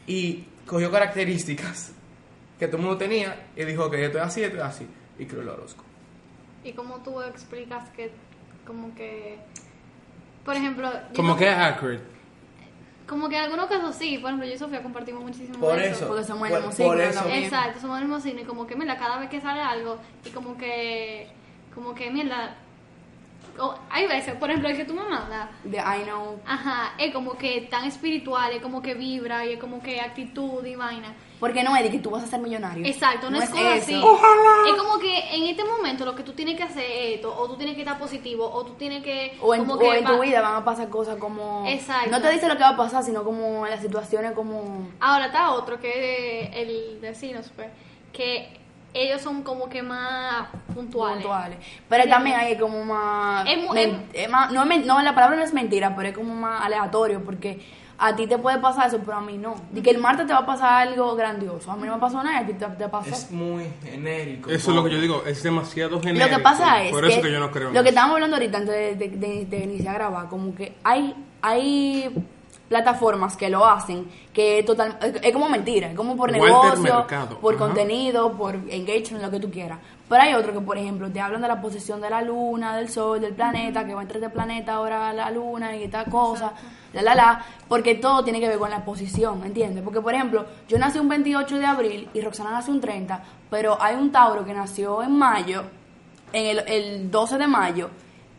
S4: Y cogió características que todo el mundo tenía y dijo, ok, esto es así, esto es así. Y creó el horóscopo.
S2: ¿Y cómo tú explicas que, como que, por ejemplo... yo
S1: Como
S2: no-
S1: que es accurate.
S2: Como que en algunos casos sí, por ejemplo, yo y Sofía compartimos muchísimo
S4: Por
S2: de
S4: eso.
S3: Porque somos el
S4: por,
S3: mismo
S4: por
S3: signo
S4: eso.
S3: también.
S2: Exacto, somos el mismo signo y como que, mira, cada vez que sale algo y como que, como que, mira, hay veces, por ejemplo, el que tú me mandas,
S3: De I know.
S2: ajá, es como que tan espiritual, es como que vibra y es como que actitud y vaina.
S3: Porque no es de que tú vas a ser millonario.
S2: Exacto, no, es cosa
S3: eso. Oh,
S2: así. Es como que en este momento lo que tú tienes que hacer es esto, o tú tienes que estar positivo, o tú tienes que...
S3: O en,
S2: como
S3: o
S2: que
S3: en
S2: va-
S3: tu vida van a pasar cosas como...
S2: Exacto.
S3: No te dice lo que va a pasar, sino como las situaciones como...
S2: Ahora está otro que es el de Sinus, pues, que ellos son como que más puntuales.
S3: puntuales. Pero
S2: Sí.
S3: también hay como más...
S2: Es mu-
S3: men- es más- no, es men- no, la palabra no es mentira, pero es como más aleatorio, porque a ti te puede pasar eso, pero a mí no. De que el martes te va a pasar algo grandioso. A mí no me pasó nada y a ti te, te pasó.
S4: Es muy genérico.
S1: Eso es lo que yo digo, es demasiado genérico.
S3: lo que pasa es
S1: Por eso que yo no creo en
S3: lo que
S1: eso.
S3: estábamos hablando ahorita antes de, de- de- de iniciar a grabar como que hay hay plataformas que lo hacen que es total es, es como mentira es como por
S1: Walter
S3: negocio
S1: Mercado,
S3: por
S1: ajá.
S3: contenido por engagement lo que tú quieras pero hay otros que por ejemplo te hablan de la posición de la luna del sol del planeta que va a entrar este planeta ahora la luna y tal cosa la la la porque todo tiene que ver con la posición ¿entiendes? porque por ejemplo yo nací un 28 de abril y Roxana nació un 30 pero hay un Tauro que nació en mayo en el, el 12 de mayo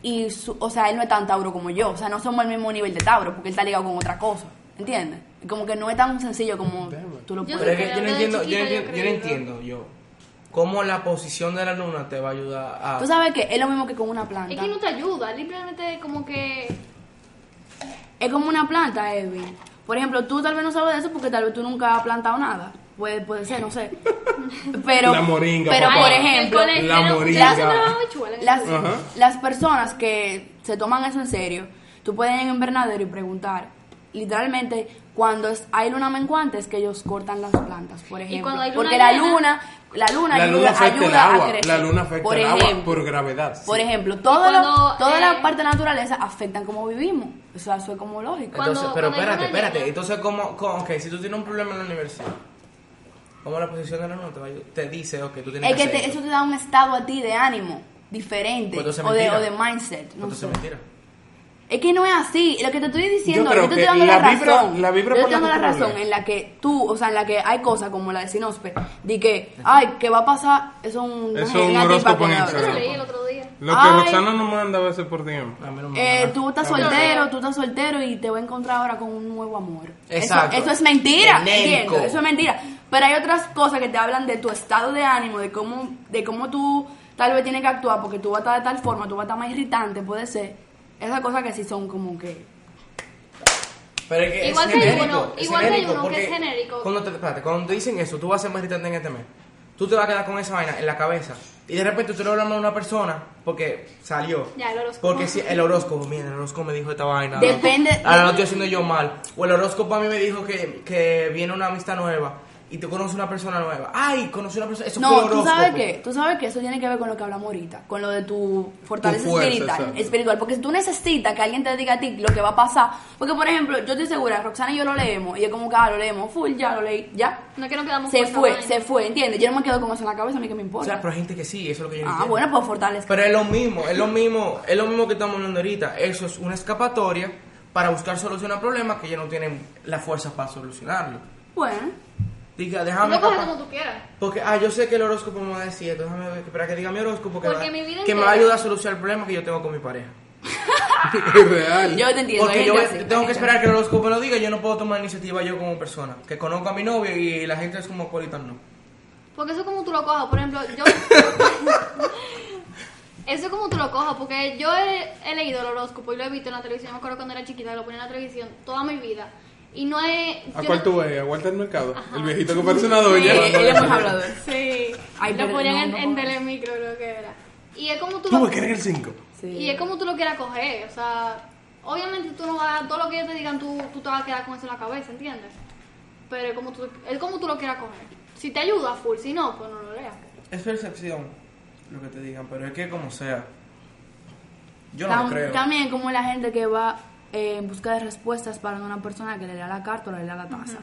S3: y su- o sea él no es tan tauro como yo o sea no somos el mismo nivel de tauro porque él está ligado con otra cosa ¿entiendes? como que no es tan sencillo como tú lo
S2: Yo
S3: puedes
S4: Pero es que
S2: creo,
S4: yo no
S2: desde
S4: entiendo, yo
S2: chiquita yo
S4: no entiendo, yo no
S2: creí,
S4: entiendo yo cómo la posición de la luna te va a ayudar
S1: Ah.
S4: a
S3: tú sabes que es lo mismo que con una planta
S2: Es que no te ayuda, simplemente como que...
S3: Es como una planta, Edwin. Por ejemplo, tú tal vez no sabes de eso porque tal vez tú nunca has plantado nada. Puede, puede ser, no sé. Pero,
S1: La moringa,
S3: pero
S1: papá.
S3: por ejemplo,
S2: el colegio,
S1: la
S2: ¿no?
S1: moringa.
S2: ¿Ustedes hacen trabajo de chuela?
S3: las,
S1: Ajá.
S3: las personas que se toman eso en serio, tú puedes ir en invernadero y preguntar. Literalmente, cuando es- hay luna menguante es que ellos cortan las plantas, por ejemplo.
S2: cuando hay luna
S3: Porque la
S2: llena-
S3: luna, la luna
S1: La
S3: ayuda,
S1: luna afecta
S3: ayuda
S1: el
S3: a
S1: agua.
S3: crecer.
S1: La luna afecta
S3: por
S1: el
S3: ejemplo,
S1: agua por gravedad. sí.
S3: Por ejemplo, todas las-
S2: Cuando,
S3: todas
S2: eh,
S3: las partes de la naturaleza afectan como vivimos. O sea, eso es como lógico.
S4: entonces
S2: cuando- cuando
S4: pero
S2: hay
S4: espérate
S2: luna
S4: espérate
S2: llena.
S4: entonces cómo, cómo- ok, si tú tienes un problema en la universidad cómo la posición de la luna te va a ayudar te dice ok, tú tienes
S3: Es que
S4: hacer
S3: te-
S4: esto.
S3: eso te da un estado a ti de ánimo diferente
S4: Pues entonces
S3: o de,
S4: mentira.
S3: o de mindset. No
S4: entonces
S3: sé.
S4: mentira
S3: Es que no es así. Lo que te estoy
S1: Yo
S3: diciendo, yo,
S1: creo
S3: te
S1: que
S3: estoy dando la,
S1: la vibra-
S3: razón.
S1: la vibra
S3: yo
S1: por
S3: te
S1: la
S3: estoy dando
S1: que
S3: la
S1: tú
S3: razón
S1: hablas.
S3: en la que tú, o sea, en la que hay cosas como la de Sinospe, de que, ay, que va a pasar, es un,
S1: Eso es
S3: una
S1: un
S3: tipa
S1: horóscopo en
S3: que habla.
S2: Yo lo
S1: Instagram.
S2: leí el otro día.
S1: Lo que
S3: Ay.
S1: Roxana nos manda a veces por tiempo.
S4: A mí no me
S3: Eh,
S4: da nada.
S3: tú estás soltero, tú estás soltero y te voy a encontrar ahora con un nuevo amor.
S4: Exacto.
S3: Eso, eso es mentira,
S4: Genérico.
S3: entiendo, eso es mentira. Pero hay otras cosas que te hablan de tu estado de ánimo, de cómo, de cómo tú tal vez tienes que actuar, porque tú vas a estar de tal forma, tú vas a estar más irritante, puede ser. Esas cosas que sí son como que...
S4: pero es que
S2: Igual
S4: es
S2: que hay
S4: genérico,
S2: uno-
S4: es
S2: igual que hay
S4: genérico,
S2: uno que es
S4: porque
S2: genérico.
S4: cuando te, espérate, cuando te dicen eso tú vas a ser más irritante en este mes tú te vas a quedar con esa vaina en la cabeza y de repente tú le hablas a una persona porque salió
S2: Ya, el horóscopo.
S4: Porque si el horóscopo, mira, el horóscopo me dijo esta vaina.
S3: Depende-
S4: Ahora lo estoy haciendo yo mal. O el horóscopo a mí me dijo que, que viene una amistad nueva. y tú conoces una persona nueva. Ay, conocí una persona. Eso fue
S3: No, tú sabes
S4: horóscopo.
S3: qué, tú sabes que eso tiene que ver con lo que hablamos ahorita, con lo de tu fortaleza
S1: fuerza,
S3: espiritual,
S1: exacto.
S3: espiritual, porque si tú necesitas que alguien te diga a ti lo que va a pasar, porque por ejemplo, yo estoy segura, Roxana y yo lo leemos y es como que ah, lo leemos full, ya lo leí, ya.
S2: No es que nos quedamos
S3: Se
S2: con esa
S3: fue,
S2: vaina.
S3: se fue, ¿entiendes? Yo no me quedo con eso en la cabeza, a mí que me
S4: O sea,
S3: importa.
S4: pero hay gente que sí, eso es lo que yo no
S3: Ah,
S4: entiendo.
S3: bueno, pues fortaleza.
S4: Pero es lo mismo, es lo mismo, es lo mismo que estamos hablando ahorita. Eso es una escapatoria para buscar solución a problemas que ya no tienen la fuerza para solucionarlo.
S3: Bueno,
S4: Diga,
S2: Tú
S4: déjame
S2: lo coges
S4: capaz-
S2: como tú quieras.
S4: Porque, ah, yo sé que el horóscopo me va a decir, esto, déjame ver, espera que diga mi horóscopo que,
S2: Porque
S4: va-
S2: mi vida
S4: que
S2: entera-
S4: me va a ayudar a solucionar el problema que yo tengo con mi pareja.
S1: Es real.
S3: yo te entiendo.
S4: Porque
S3: hay
S4: yo
S3: gente
S4: voy-
S3: así,
S4: tengo
S3: hay
S4: que
S3: gente
S4: esperar que el horóscopo lo diga, yo no puedo tomar iniciativa yo como persona. Que conozco a mi novio y la gente es como cosmopolitan, no.
S2: Porque eso es como tú lo cojas, por ejemplo, yo... eso es como tú lo cojas, porque yo he, he leído el horóscopo y lo he visto en la televisión, me acuerdo cuando era chiquita, lo ponía en la televisión toda mi vida. Y no he...
S1: ¿A
S2: yo
S1: cuál
S2: no-
S1: tú ves? ¿A Walter Mercado? El viejito que parece una doña.
S3: así. Ella es muy habladora.
S2: Sí,
S3: Ay,
S2: lo
S3: pero
S2: ponían
S3: no,
S2: en,
S3: no
S2: en
S3: puedo.
S2: Telemicro, creo que era. Y es como tú
S1: Tú
S2: lo...
S1: ves que eres el 5.
S3: Sí.
S2: Y es como tú lo quieras coger, o sea, obviamente tú no vas, todo lo que ellos te digan, tú, tú te vas a quedar con eso en la cabeza, ¿entiendes? Pero es como tú, es como tú lo quieras coger. Si te ayuda, full, si no, pues no lo leas.
S4: Es percepción lo que te digan, pero es que como sea. Yo no
S3: Tam-
S4: lo creo.
S3: También como la gente que va eh, en busca de respuestas para una persona que le da la carta o le da la taza.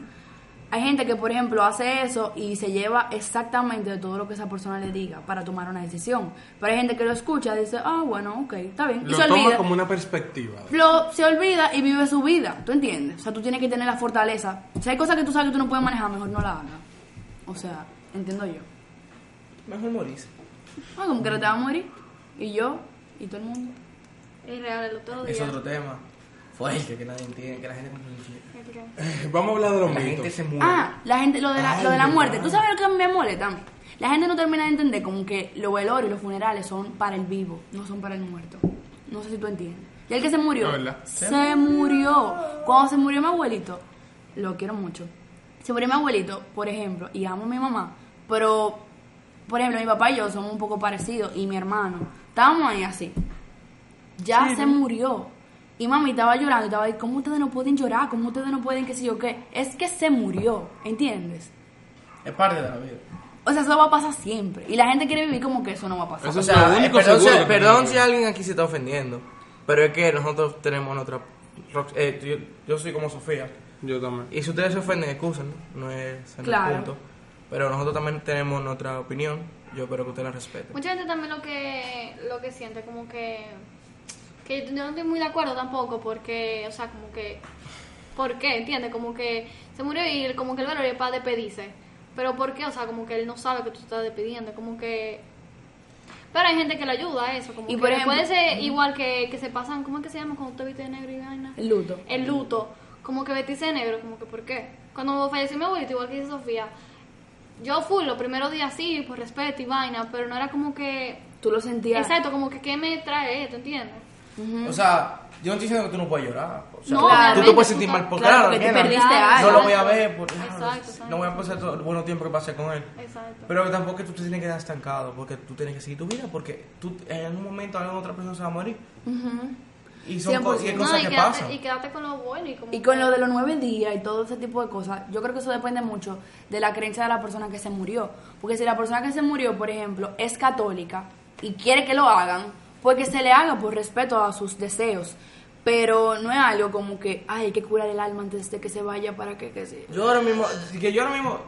S3: Hay gente que, por ejemplo, hace eso y se lleva exactamente de todo lo que esa persona le diga para tomar una decisión. Pero hay gente que lo escucha y dice, ah, bueno, ok, está bien. y
S1: Lo
S3: se
S1: toma
S3: olvida.
S1: como una perspectiva.
S3: Lo- se olvida y vive su vida, ¿tú entiendes? O sea, tú tienes que tener la fortaleza. Si hay cosas que tú sabes que tú no puedes manejar, mejor no la hagas. O sea, entiendo yo.
S4: Mejor morirse.
S3: Ah, como que no te va a morir. Y yo, y todo el mundo.
S2: Es real, el otro día.
S4: Es otro tema fuerte que nadie entiende, que la gente como que no entiende.
S2: el que-
S1: Vamos a hablar de los
S4: La gente
S1: mitos.
S4: se muere.
S3: Ah, la gente, lo de la,
S4: Ay,
S3: lo de la
S4: ¿verdad?
S3: muerte. ¿Tú sabes lo que a mí me molesta? La gente no termina de entender como que los velorios y los funerales son para el vivo, no son para el muerto. No sé si tú entiendes. Y el que se murió,
S1: La verdad.
S3: se murió. Cuando se murió mi abuelito, lo quiero mucho. Se murió mi abuelito, por ejemplo, y amo a mi mamá, pero, por ejemplo, mi papá y yo somos un poco parecidos, y mi hermano. Estábamos ahí así ya se murió. Y mami estaba llorando, estaba ahí, ¿cómo ustedes no pueden llorar? ¿Cómo ustedes no pueden qué sé yo qué? Es que se murió, ¿entiendes?
S4: Es parte de la vida.
S3: O sea, eso va a pasar siempre. Y la gente quiere vivir como que eso no va a pasar.
S1: Eso
S4: O
S1: es
S4: sea,
S1: lo
S4: eh,
S1: único
S4: perdón,
S1: seguro
S4: si,
S1: que
S4: perdón
S1: tenemos.
S4: si alguien aquí se está ofendiendo, pero es que nosotros tenemos nuestra... Rox- eh, yo, yo soy como Sofía.
S1: Yo también.
S4: Y si ustedes se ofenden, excusen, ¿no? No es ese no es el
S3: Claro.
S4: punto. Pero nosotros también tenemos nuestra opinión. Yo espero que ustedes la respeten.
S2: Mucha gente también lo que, lo que siente, como que. Que yo no estoy muy de acuerdo tampoco, porque, o sea, como que. ¿Por qué? ¿Entiendes? Como que se murió y él como que el valor es para despedirse. Pero ¿por qué? O sea, como que él no sabe que tú estás despidiendo, como que. Pero hay gente que le ayuda a eso, como
S3: Y
S2: que
S3: por ejemplo-
S2: puede ser igual que, que se pasan, ¿cómo es que se llama cuando te viste de negro y vaina?
S3: El luto.
S2: el luto, como que vestirse de negro, como que ¿por qué? Cuando falleció mi abuelito, igual que dice Sofía, yo fui los primeros días sí, por respeto y vaina, pero no era como que,
S3: Tú lo sentías.
S2: exacto, como que ¿qué me trae esto? ¿Entiendes?
S4: O sea, yo no estoy diciendo que tú no puedes llorar. O sea,
S2: No,
S4: tú
S2: obviamente,
S4: te puedes sentir
S2: tú
S4: mal
S2: estás-
S4: por
S3: Claro,
S4: claro,
S3: porque te
S4: nena.
S3: perdiste
S4: No
S3: algo.
S4: lo voy a ver. Por,
S2: Exacto, exacto.
S4: No voy a pasar todo el buen tiempo que pasé con él.
S2: Exacto.
S4: Pero tampoco es que tú te tienes que quedar estancado, porque tú tienes que seguir tu vida, porque tú en algún momento alguna otra persona se va a morir. Y son
S3: 100%.
S4: cosas, y hay
S2: No,
S4: cosas
S2: y,
S4: que
S2: quédate,
S4: pasan.
S2: y quédate con lo bueno y como
S3: Y con
S2: que-
S3: lo de los nueve días y todo ese tipo de cosas, yo creo que eso depende mucho de la creencia de la persona que se murió. Porque si la persona que se murió, por ejemplo, es católica y quiere que lo hagan, pues que se le haga por respeto a sus deseos. Pero no es algo como que, ay, hay que curar el alma antes de que se vaya para que, que se
S4: Yo ahora mismo, que yo ahora mismo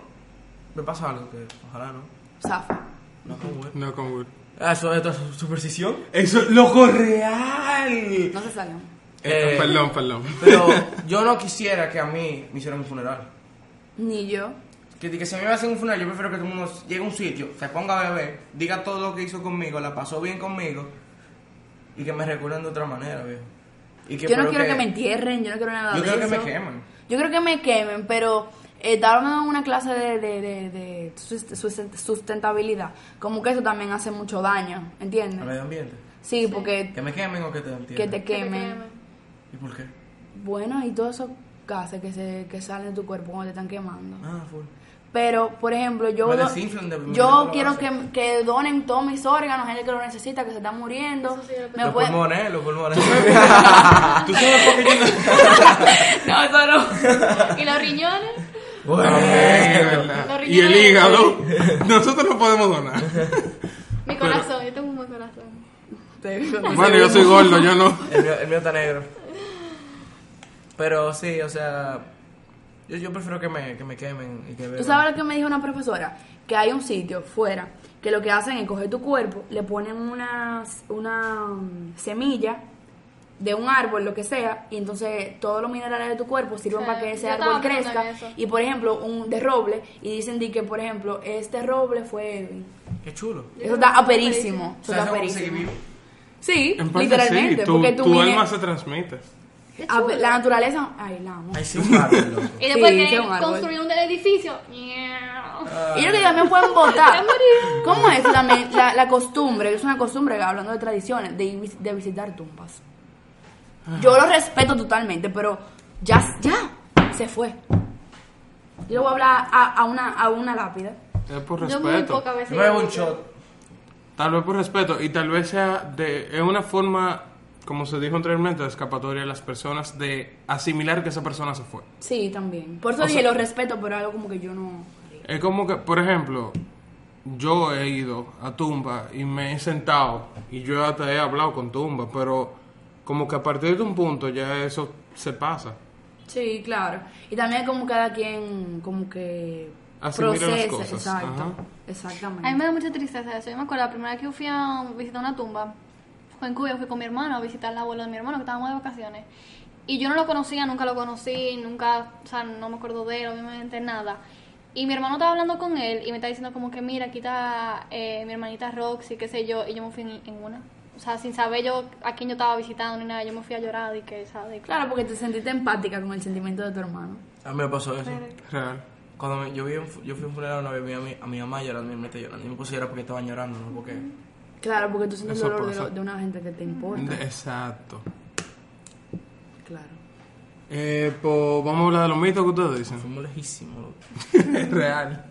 S4: me pasa algo que ojalá no.
S3: zafa.
S4: No como él.
S1: No, con Will.
S4: Ah, eso esto es superstición.
S1: Eso es loco real.
S3: No se salgan.
S1: Eh,
S4: Eh,
S1: perdón, perdón.
S4: Pero yo no quisiera que a mí me hicieran un funeral.
S3: Ni yo.
S4: Que, que si a mí me hacen un funeral, yo prefiero que todo el mundo llegue a un sitio, se ponga a beber, diga todo lo que hizo conmigo, la pasó bien conmigo y que me recuerden de otra manera, viejo. Y que
S3: Yo no
S4: espero
S3: quiero que... me entierren, yo no quiero nada
S4: Yo
S3: de
S4: quiero que
S3: eso.
S4: me quemen.
S3: Yo creo que me quemen, pero eh, estaba hablando en una clase de, de- de- de sust- sust- sustentabilidad. Como que eso también hace mucho daño,
S4: Al
S3: ¿entiendes?
S4: medio ambiente.
S3: Sí, porque
S4: Que me quemen o que te
S3: que
S4: entierren.
S3: te
S2: que te
S3: quemen.
S2: quemen.
S4: ¿Y por qué?
S3: Bueno, y todos esos gases que, se, que salen de tu cuerpo cuando te están quemando.
S4: Ah, full.
S3: Pero, por ejemplo, yo,
S4: Me
S3: do-
S4: desinflan de- me meten
S3: yo
S4: los
S3: quiero que,
S4: gases.
S3: que donen todos mis órganos, gente que lo necesita, que se está muriendo.
S2: Eso sí, yo lo
S3: me
S4: los
S3: pueden-
S4: pulmones, eh, los pulmones.
S1: ¿Tú sabes por qué yo no-
S3: No, eso no.
S2: ¿Y los riñones?
S1: Bueno.
S2: Los
S1: Y el
S2: riñones.
S1: hígado, nosotros no podemos donar.
S2: Mi corazón, yo tengo un buen corazón.
S1: Bueno, yo soy gordo, yo no.
S4: El mío, el mío está negro. Pero sí, o sea. Yo, yo prefiero que me, que me quemen y que
S3: ¿Tú
S4: beban.
S3: sabes lo que me dijo una profesora? Que hay un sitio fuera que lo que hacen es coger tu cuerpo, le ponen unas, una mm, semilla de un árbol, lo que sea, y entonces todos los minerales de tu cuerpo sirven
S2: Sí,
S3: para que ese
S2: yo
S3: árbol
S2: estaba pensando
S3: crezca.
S2: en eso.
S3: Y por ejemplo, un de roble, y dicen di que, por ejemplo, este roble fue Edwin.
S4: Qué chulo.
S3: Eso está aperísimo.
S4: O
S3: Eso está
S4: sea, eso como seguir
S3: aperísimo.
S4: vivo.
S3: Sí,
S1: En parte
S3: literalmente.
S1: sí, tu,
S3: porque tu,
S1: tu
S3: mine-
S1: alma se transmite.
S2: Qué
S3: a-
S2: chulo.
S3: La naturaleza. Ay, la amo.
S4: Ahí sí, un árbol, loco.
S2: Y después
S3: Sí,
S2: que
S3: tengo un árbol.
S2: construir un edificio. Miau.
S3: Y yo que también pueden votar.
S2: Ya morí.
S3: ¿Cómo es la, me- la, la costumbre? Es una costumbre, hablando de tradiciones, de, ir vis- de visitar tumbas. Yo lo respeto totalmente, pero ya, ya se fue. Yo le voy a hablar a, a una, a una lápida.
S1: Es por
S2: Yo muy
S1: respeto.
S2: pocas veces.
S4: Yo me bebo
S2: he
S4: un
S2: visto.
S4: shot.
S1: Tal vez por respeto. Y tal vez sea de es una forma, como se dijo anteriormente, de escapatoria a las personas de asimilar que esa persona se fue.
S3: Sí, también. Por eso
S1: O
S3: dije,
S1: sea-
S3: lo respeto, pero algo como que yo no...
S1: Es como que, por ejemplo, yo he ido a Tumba y me he sentado y yo hasta he hablado con Tumba, pero como que a partir de un punto ya eso se pasa.
S3: Sí, claro. Y también como cada quien como que
S1: Asimila las
S3: procesa,
S1: cosas,
S3: exacto.
S1: ajá.
S3: Exactamente.
S2: A mí me da mucha tristeza eso. Yo me acuerdo la primera vez que yo fui a visitar una tumba, fue en Cuba, yo fui con mi hermano a visitar al abuelo de mi hermano, que estábamos de vacaciones. Y yo no lo conocía, nunca lo conocí, nunca, o sea, no me acuerdo de él, obviamente, nada. Y mi hermano estaba hablando con él y me está diciendo como que, mira, aquí está eh, mi hermanita Roxy, qué sé yo, y yo me fui en, en una. O sea, sin saber yo a quién yo estaba visitando ni nada, yo me fui a llorar y que, ¿sabes?
S3: Claro, porque te sentiste empática con el sentimiento de tu hermano.
S4: A mí me pasó eso.
S1: Real.
S4: Cuando me- yo, vi un fu- yo fui a un funeral una vez, vi a mi, a mi mamá llorando y me metí llorando. Y me puse a llorar porque estaban llorando, no porque.
S3: Claro, porque tú sientes
S1: Eso
S3: el dolor de,
S1: pasa.
S3: lo- de una gente que te importa.
S1: Exacto.
S3: Claro.
S1: Eh, pues vamos a hablar de los mitos que ustedes dicen.
S4: Fuimos lejísimos, loco.
S1: Real.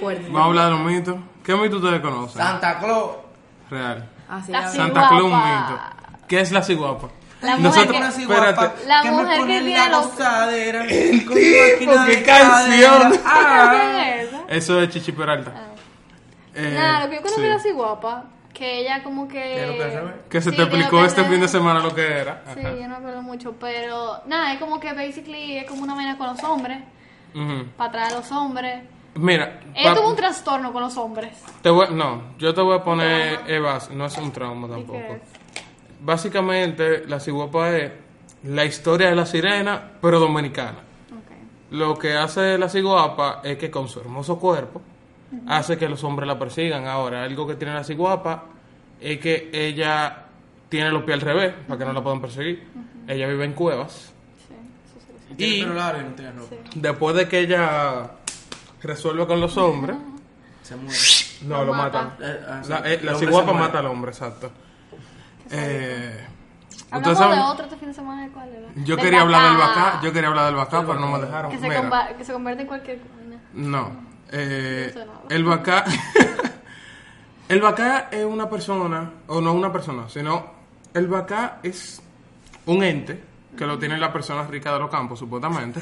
S3: Fuerte.
S1: Vamos a hablar de los mitos. ¿Qué mito ustedes conocen?
S4: Santa Claus.
S1: Real.
S3: Así
S2: La
S3: Ah, ya
S2: sí.
S3: veo.
S1: Santa Claus un mito.
S2: Ciguapa.
S1: ¿Qué es la ciguapa?
S2: La mujer que-
S1: Nosotros, espérate.
S2: La mujer que tiene los-
S4: gozadera. con
S1: tipo,
S4: máquina
S1: qué
S4: de
S1: canción.
S4: cadera. Ah.
S2: ¿Qué es eso?
S1: Eso es Chichi Peralta. Eh,
S2: Nada, lo Ah. que yo conocí
S1: sí.
S2: era así guapa, que ella como
S4: Pero que al revés.
S2: que...
S1: Que se
S2: Sí,
S1: te
S2: yo
S1: explicó este
S2: pensé-
S1: fin de semana lo que era.
S2: Sí,
S1: Ajá.
S2: yo no acuerdo mucho, pero nada, es como que basically es como una vaina con los hombres,
S1: Ujú.
S2: para atraer a los hombres.
S1: Mira,
S2: Él
S1: pa-
S2: tuvo un trastorno con los hombres.
S1: te voy- no, yo te voy a poner Evas, no es un trauma
S2: ¿Y qué
S1: tampoco.
S2: es?
S1: Básicamente, la ciguapa es la historia de la sirena, pero dominicana.
S2: Ok.
S1: Lo que hace la ciguapa es que con su hermoso cuerpo hace que los hombres la persigan. Ahora, algo que tiene la ciguapa es que ella tiene los pies al revés para que no la puedan perseguir. Ella vive en cuevas.
S2: Sí, eso sí lo sé.
S4: Tiene
S1: Y-
S4: pelo largo y no tiene ropa.
S1: Después de que ella resuelve con los hombres,
S4: Se muere.
S1: no lo,
S2: Lo
S1: matan.
S2: mata.
S4: Eh, ah, sí.
S1: La, eh, la
S4: El hombre
S1: ciguapa
S4: se muere.
S1: mata al hombre, exacto. Eh, ustedes
S2: Hablamos
S1: saben-
S2: de otro este fin de semana, ¿cuál era?
S1: yo
S2: Del
S1: quería hablar del
S2: bacá.
S1: bacá, yo quería hablar del bacá, pero no me dejaron.
S2: Que se,
S1: Mira.
S2: comba- que se convierte en cualquier cosa.
S1: No. eh,
S2: No sé nada.
S1: el Bacá. el Bacá es una persona, o no una persona, sino. El Bacá es un ente que lo tiene la persona rica de los campos, supuestamente.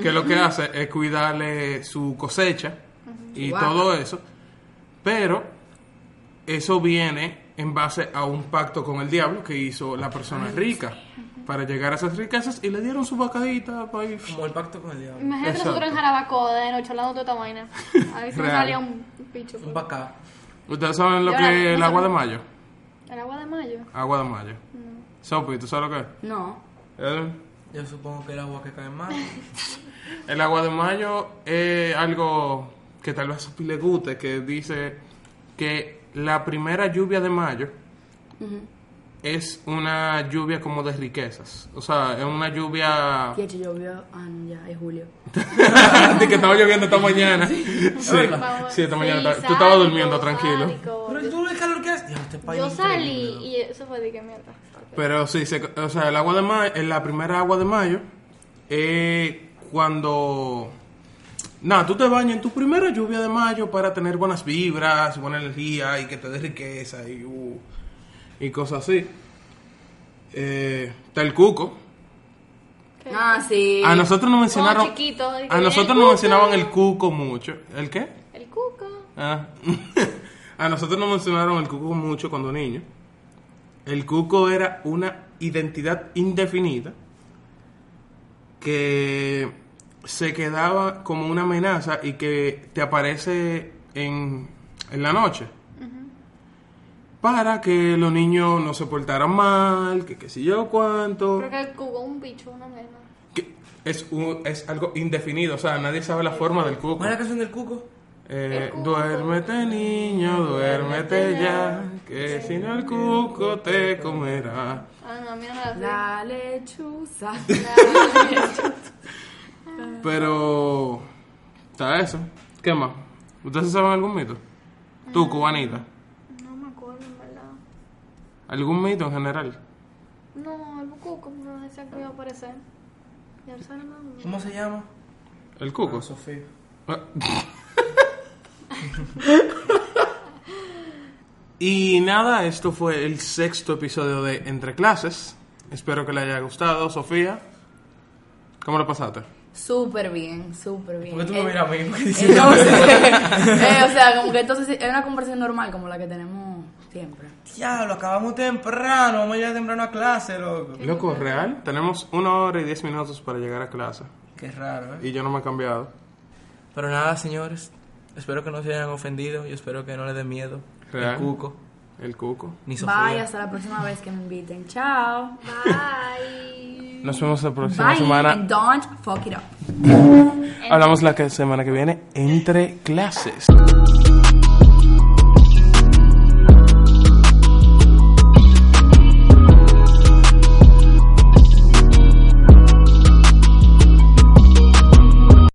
S1: que lo que hace es cuidarle su cosecha y
S3: Guau.
S1: todo eso. Pero eso viene en base a un pacto con el diablo que hizo la persona rica para llegar a esas riquezas y le dieron su vacadita para ir.
S4: Como el pacto con el diablo.
S2: Imagínate
S1: Exacto.
S2: nosotros en Jarabacoa de noche hablando de toda esta vaina. A ver si me
S1: Real.
S2: salía un un pues. picho.
S4: Un bacá.
S1: ¿Ustedes saben lo
S2: Y
S1: que
S2: ahora,
S1: es el
S2: ¿no
S1: agua de
S2: saben?
S1: mayo?
S2: El agua de mayo.
S1: Agua de mayo. Sopi, ¿tú sabes lo que es?
S3: No.
S1: Eh,
S4: Yo supongo que el agua que cae mal.
S1: El agua de mayo es algo que tal vez a Sopi le guste, que dice que la primera lluvia de mayo es una lluvia como de riquezas. O sea, es una lluvia...
S3: Y hecho llovió. Ah, no, ya, es julio.
S1: de que estaba lloviendo esta mañana. Sí, sí, esta mañana. estaba- tú estabas durmiendo, tranquilo.
S4: Pero
S2: tranquilo.
S4: tú el calor que hace. Diablo, este país
S2: Yo
S4: es increíble,
S2: salí
S4: loco.
S2: y eso fue de que mierda.
S1: Pero sí, se- o sea, el agua de mayo, la primera agua de mayo, eh, cuando... Nada, tú te bañas en tu primera lluvia de mayo para tener buenas vibras, buena energía y que te dé riqueza y, uh, y cosas así. Eh, está el cuco,
S3: Ah, sí.
S1: A nosotros nos mencionaron.
S2: Como chiquito, y que
S1: a
S2: el
S1: nosotros
S2: cuco.
S1: nos mencionaban el cuco mucho. ¿El qué?
S2: El cuco.
S1: Ah. a nosotros nos mencionaron el cuco mucho cuando niño. El cuco era una identidad indefinida que se quedaba como una amenaza y que te aparece en, en la noche. Para que los niños no se portaran mal, que qué sé yo cuánto.
S2: Creo que el cuco es un bicho, una mierda.
S1: Que es, un- es algo indefinido, o sea, nadie sabe la forma del cuco.
S4: ¿Cuál es la canción del cuco?
S1: Eh,
S2: El cuco.
S1: duérmete niño, duérmete ya, que si no el cuco te comerá.
S2: Ah, no, a mí no me la
S3: La lechuza.
S2: sé.
S1: Pero está eso. ¿Qué más? ¿Ustedes saben algún mito? Tú, cubanita.
S2: No me acuerdo, en verdad.
S1: ¿Algún mito en general?
S2: No, el cuco, no decían que iba a aparecer. Ya lo saben, no.
S4: ¿Cómo se llama?
S1: ¿El cuco?
S4: Sofía.
S1: Ah. y nada, esto fue el sexto episodio de Entre Clases. Espero que le haya gustado, Sofía. ¿Cómo lo pasaste?
S3: Súper bien, súper bien.
S4: ¿Por qué tú me
S3: Eh,
S4: miras a mí? ¿Por qué dices-
S3: Entonces, eh, o sea, como que entonces es una conversación normal como la que tenemos siempre.
S2: eh.
S4: Diablo, acabamos temprano. Vamos a llegar temprano a clase, loco.
S2: Eh.
S1: Loco, real. Tenemos una hora y diez minutos para llegar a clase.
S4: Qué raro, ¿eh?
S1: Y yo no me he cambiado.
S4: Pero nada, señores. Espero que no se hayan ofendido. Yo espero que no les dé miedo.
S1: Real.
S4: El cuco.
S1: El cuco.
S4: Ni Sofía.
S3: Bye, hasta la próxima vez que me inviten. Chao.
S2: Bye.
S1: Nos vemos la próxima
S3: Bye.
S1: semana.
S3: And don't fuck it up.
S1: Hablamos la que- semana que viene entre clases.